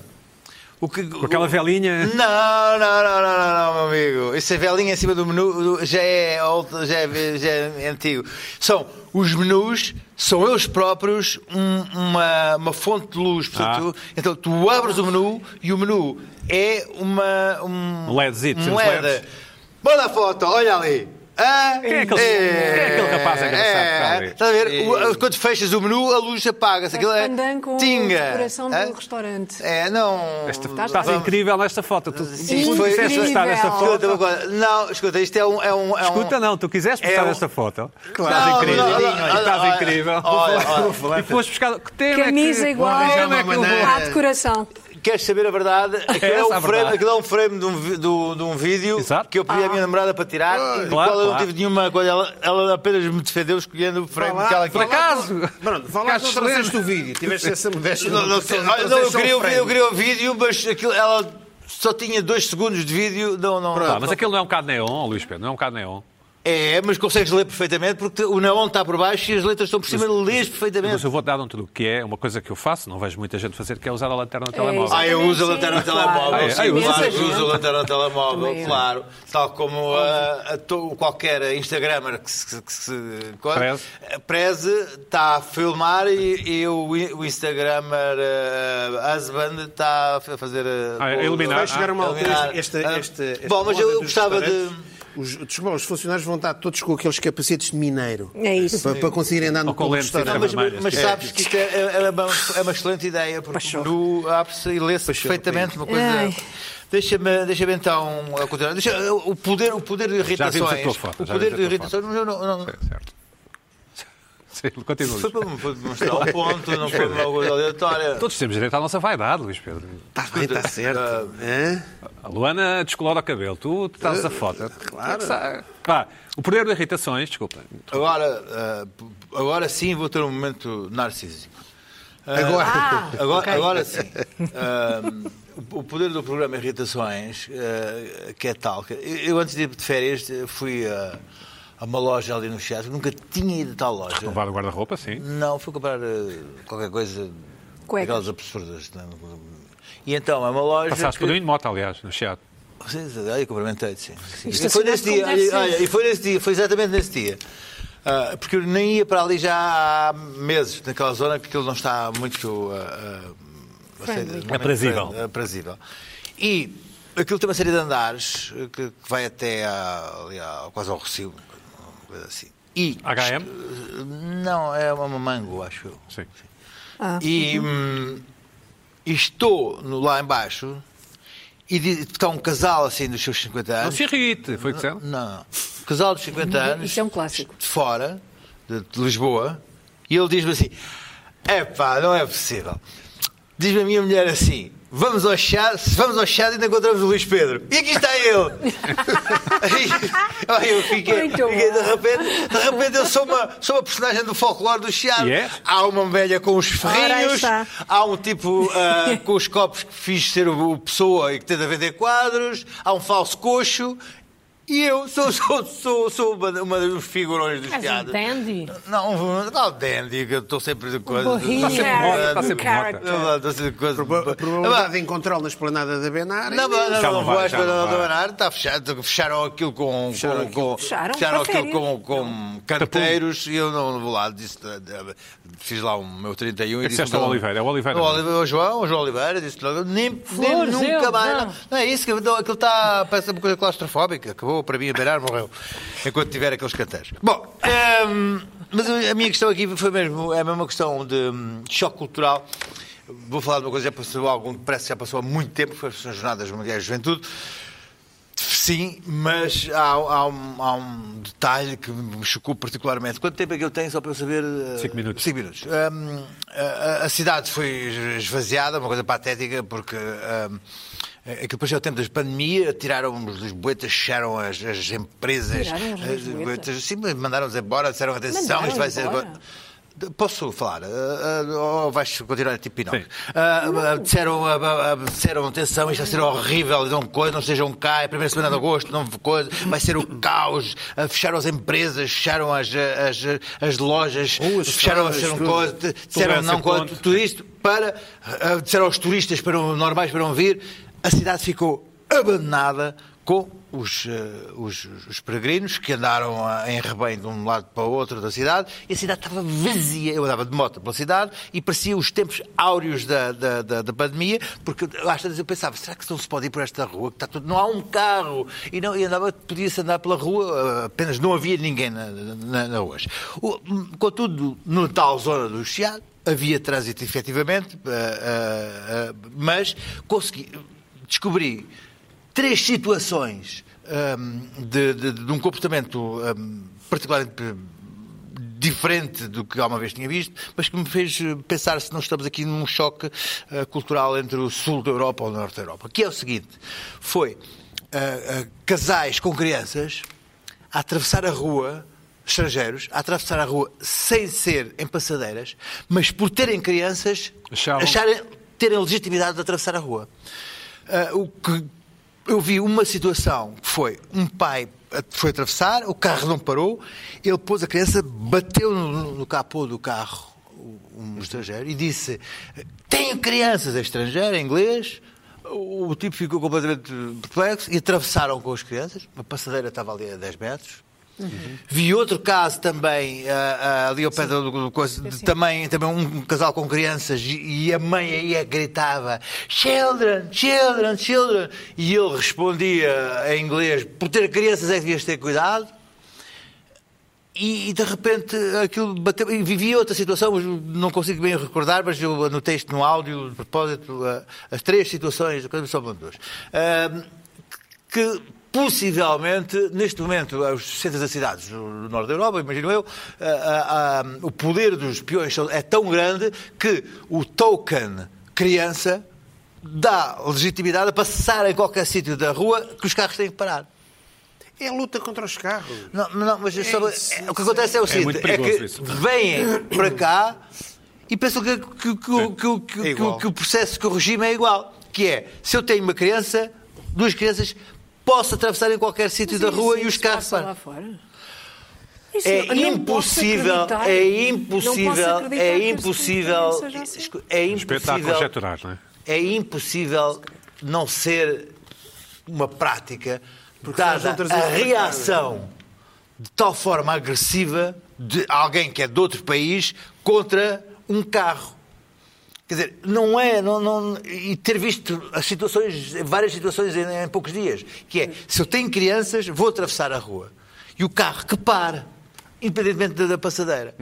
O que, com aquela velinha. Não, não, não, não, não, não, meu amigo. Essa velinha em cima do menu do- já é, old- já é, já é antigo. São os menus, são eles próprios um- uma, uma fonte de luz. Portanto, Ah. tu- então tu abres o menu e o menu é uma. Um, Um LEDzito, um sim, uns LED. LEDs. Manda a foto, olha ali. Ah, Quem é aquele- quem é aquele rapaz engraçado que está ali? Estás a ver? O- quando fechas o menu, a luz apaga-se. É Aquilo é. pandan com tinga. a decoração Hã? do restaurante. É, não. Esta, Tá- estás vamos- incrível nesta foto. Tu, Sim, tu foi- quiseste postar esta Incrível. foto. Escuta uma coisa. Não, escuta, isto é um. É um é um- Escuta, não, tu quiseste postar É um- esta foto. Não, Estás incrível. não, não, não, não, Estás olha, incrível. olha, olha, E foste buscar. Que tema é Camisa que... igual Que tema é que eu vou- à decoração. Queres saber a verdade? Aquilo é, Essa é a um frame, verdade. aquilo é um frame de um, vi- do- de um vídeo Exato. que eu pedi à minha namorada para tirar e do Claro, qual eu não claro. tive nenhuma coisa. Ela, ela apenas me defendeu escolhendo o frame que ela Por queria. acaso? Pronto, vá lá, não Ficaste trouxeste o vídeo. Tiveste essa modéstia. Não, não, sei, olha, não, eu, queria, o vídeo- eu queria o vídeo, mas aquilo, ela só tinha dois segundos de vídeo. Não, não, Pá, não, Tá, mas aquele não é um bocado neon, Luís Pedro, não é um bocado neon. É, mas consegues ler perfeitamente porque o neon está por baixo e as letras estão por cima, Mas lês perfeitamente. eu vou dar um truque, que é uma coisa que eu faço, não vejo muita gente fazer, que é usar a lanterna no telemóvel. isso. Ah, eu uso a Sim, lanterna claro. Ah, é? telemóvel. Ah, eu Sim, uso. claro, Sim. eu uso a lanterna Também telemóvel, eu. claro. Tal como ah, a to- qualquer Instagrammer que se, que se- coisa- Preze. preze está a filmar e, e o, i- o Instagrammer ah, husband está a fazer. ah, Ah, é o- eliminar. Vai chegar uma altura. eliminar. Esta, Ah, esta, esta, esta Bom, mas moda eu dos gostava de. restaurantes, Os, desculpa, os funcionários vão estar todos com aqueles capacetes de mineiro. É isso. Para, para conseguirem andar no Ou com topo do lentes, sim, restaurante. Mas, também. vermelhas. mas É. sabes que isto é, é- é uma, é uma excelente ideia, porque Paixão. nu abre-se e lê-se Paixão, perfeitamente uma coisa. Ai. Deixa-me deixa então uh, continuar. Deixa, o, poder, o poder de Já vimos a irritações. tua foto. o já poder de vimos a tua irritações. foto. Não, não, não. Sim, certo. Sim, continua, Foi Luís. para, para demonstrar um ponto, não foi uma coisa aleatória. Todos temos direito à nossa vaidade, Luís Pedro. Está bem, está Ah, certo. Hã? A Luana descolora o cabelo, tu estás a foto. é Claro. Vá, o poder de irritações, desculpa. Agora, uh, agora sim vou ter um momento narcísico. Uh, Agora. Ah, agora, ok. agora sim. Uh, o poder do programa Irritações, uh, que é tal. que- eu, eu antes de ir de férias eh, fui uh, a uma loja ali no Chiado, nunca tinha ido a tal loja. Levar o guarda-roupa, sim. Não, fui comprar eh, qualquer coisa. Cuecas. Aquelas absurdas. não é? E então, é uma loja. Passaste que- por mim de moto, aliás, no Chiado. Vocês, olha, eu cumprimentei-te, sim. sim. Isto E foi assim, nesse não dia, deve olha, ser. olha, e foi nesse dia, foi exatamente nesse dia. Ah, porque eu nem ia para ali já há meses, naquela zona, porque ele não está muito. ah, ah, não sei, Friendly. muito Aprazível. friend- aprazível. E aquilo tem uma série de andares ah, que, que vai até à- ali à- quase ao Rocio, uma coisa assim. E. HM? Não, é uma mango, acho eu. Sim. E hum, e estou no- lá embaixo e diz- está um casal assim dos seus 50 Não anos. se irrite, foi o que disseram? Não, casal dos 50 anos. Isso é um clássico. De fora, de, de Lisboa, e ele diz-me assim: é pá, não é possível. Diz-me a minha mulher assim. Vamos ao chá, se vamos ao chá ainda encontramos o Luís Pedro. E aqui está ele! Aí, eu fiquei, Muito bom. fiquei de, repente, de repente eu sou uma, sou uma personagem do folclore do Chiado. E é? Há uma velha com os Ora, aí ferrinhos, está. Há um tipo ah, com os copos que fiz ser o o Pessoa e que tenta vender quadros. Há um falso coxo. E eu sou, sou, sou, sou uma, uma dos figurões dos És um teatros. dandy. Não, não, Dandy, que eu estou sempre de coisa. Bohemian. Estou sempre Character. de- Está sempre morta. Character. Não, estou sempre de coisa. A probabilidade de encontrá-lo na esplanada da Benar. ah, é Não, não, não, Já não não, não vai, vou à já não esplanada do vai. Benar, está fechado, fecharam aquilo com. Fecharam com- com- Fecharam Fecharam para aquilo com, com canteiros e eu não vou lá. disse- fiz lá o meu 31 e Disseste disse. ao Oliveira, é o Oliveira, O não é? Oliveira, o João, o João Oliveira, disse logo, nem, nem Flores, nunca eu, mais. não. Não. não é isso, que, não, aquilo está. parece uma coisa claustrofóbica, acabou para mim, a Benar morreu, enquanto tiver aqueles canteiros. Bom, ehm, mas a minha questão aqui foi mesmo, é mesmo uma questão de hum, choque cultural. Vou falar de uma coisa que já passou há algum, parece que já passou há muito tempo, foi as Jornadas Mundiais de Juventude. Sim, mas há, há um, há um detalhe que me chocou particularmente. Quanto tempo é que eu tenho, só para eu saber? eh, Cinco minutos. Cinco minutos. Hum, a, a cidade foi esvaziada, uma coisa patética, porque hum, é que depois é o tempo das pandemias, tiraram os lisboetas, fecharam as, as empresas. Tiraram os as lisboetas? lisboetas. Sim, mas mandaram-os embora, disseram atenção, isto vai ser... Mandaram-os Posso falar? Eh, eh, ou vais continuar tipo Sim. Pinóquio? Ah, ah, disseram, ah, ah, ah, disseram, atenção, isto vai ser horrível, não, coisa, não sejam cá, é a primeira semana de agosto, não coisa, vai ser o caos, ah, fecharam as empresas, fecharam as, ah, as, ah, as lojas, Ruas, fecharam, estradas, fecharam tudo. coisa, de- disseram Tudo a não esse coisa, ponto. tudo isto para, ah, disseram aos turistas para não- normais para não vir, a cidade ficou abandonada com os, ah, os, os peregrinos que andaram ah, em rebanho de um lado para o outro da cidade e a cidade estava vazia. Eu andava de moto pela cidade e parecia os tempos áureos da, da, da, da pandemia, porque às vezes eu pensava, será que não se pode ir por esta rua? Que está tudo, não há um carro. E, não, e andava, podia-se andar pela rua, ah, apenas não havia ninguém na, na, na rua. O- hum, Contudo, no tal zona do Chiado, havia trânsito efetivamente, ah, ah, ah, mas consegui, descobri três situações hum, de, de- de um comportamento hum, particularmente diferente do que alguma vez tinha visto, mas que me fez eh, pensar se não estamos aqui num choque eh, cultural entre o sul da Europa ou o norte da Europa. Que é o seguinte: foi eh, eh, casais com crianças a atravessar a rua, estrangeiros, a atravessar a rua sem ser em passadeiras, mas por terem crianças, Achavam- acharem, terem legitimidade de atravessar a rua. Ah, o que eu vi uma situação que foi um pai foi atravessar, o carro não parou, ele pôs a criança, bateu no, no capô do carro um estrangeiro e disse: Tenho crianças, é estrangeiro, é inglês. O tipo ficou completamente perplexo e atravessaram com as crianças. Uma passadeira estava ali a 10 metros. Vi outro caso também, ah, ah, ali ao pé do, do coisa, de- também, também um casal com crianças e, e a mãe aí gritava Children, children, children. E ele respondia em inglês: Por ter crianças é que devias ter cuidado. E, e, de repente aquilo bateu. E vivi outra situação, mas não consigo bem recordar, mas eu anotei isto no áudio, de propósito, a- as três situações, só para duas. Ahm, que possivelmente, neste momento, os centros das cidades do norte da Europa, imagino eu, ah, ah, ah, o poder dos peões são- é tão grande que o token criança dá legitimidade a passar em qualquer sítio da rua que os carros têm que parar. É a luta contra os carros. Não, não, mas eu só- isso, é- o que acontece é o seguinte: muito é, perigoso que isso. vêm para cá e pensam que, que- que o- que o- que o- É igual. que o processo, que o regime é igual. Que é, se eu tenho uma criança, duas crianças, posso atravessar em qualquer sítio da é rua e os carros passam lá param. fora. Isso É eu não posso impossível, acreditar. é Não posso impossível, acreditar é que as impossível, crianças já assim. sejam- é Espetáculo impossível conjecturar, não é? é impossível não ser uma prática são dada outras a empreitadas. reação de tal forma agressiva de alguém que é de outro país contra um carro. Quer dizer, não é. Não, não- e ter visto as situações, várias situações em, em poucos dias, que é se eu tenho crianças, vou atravessar a rua. E o carro que para, independentemente da, da passadeira.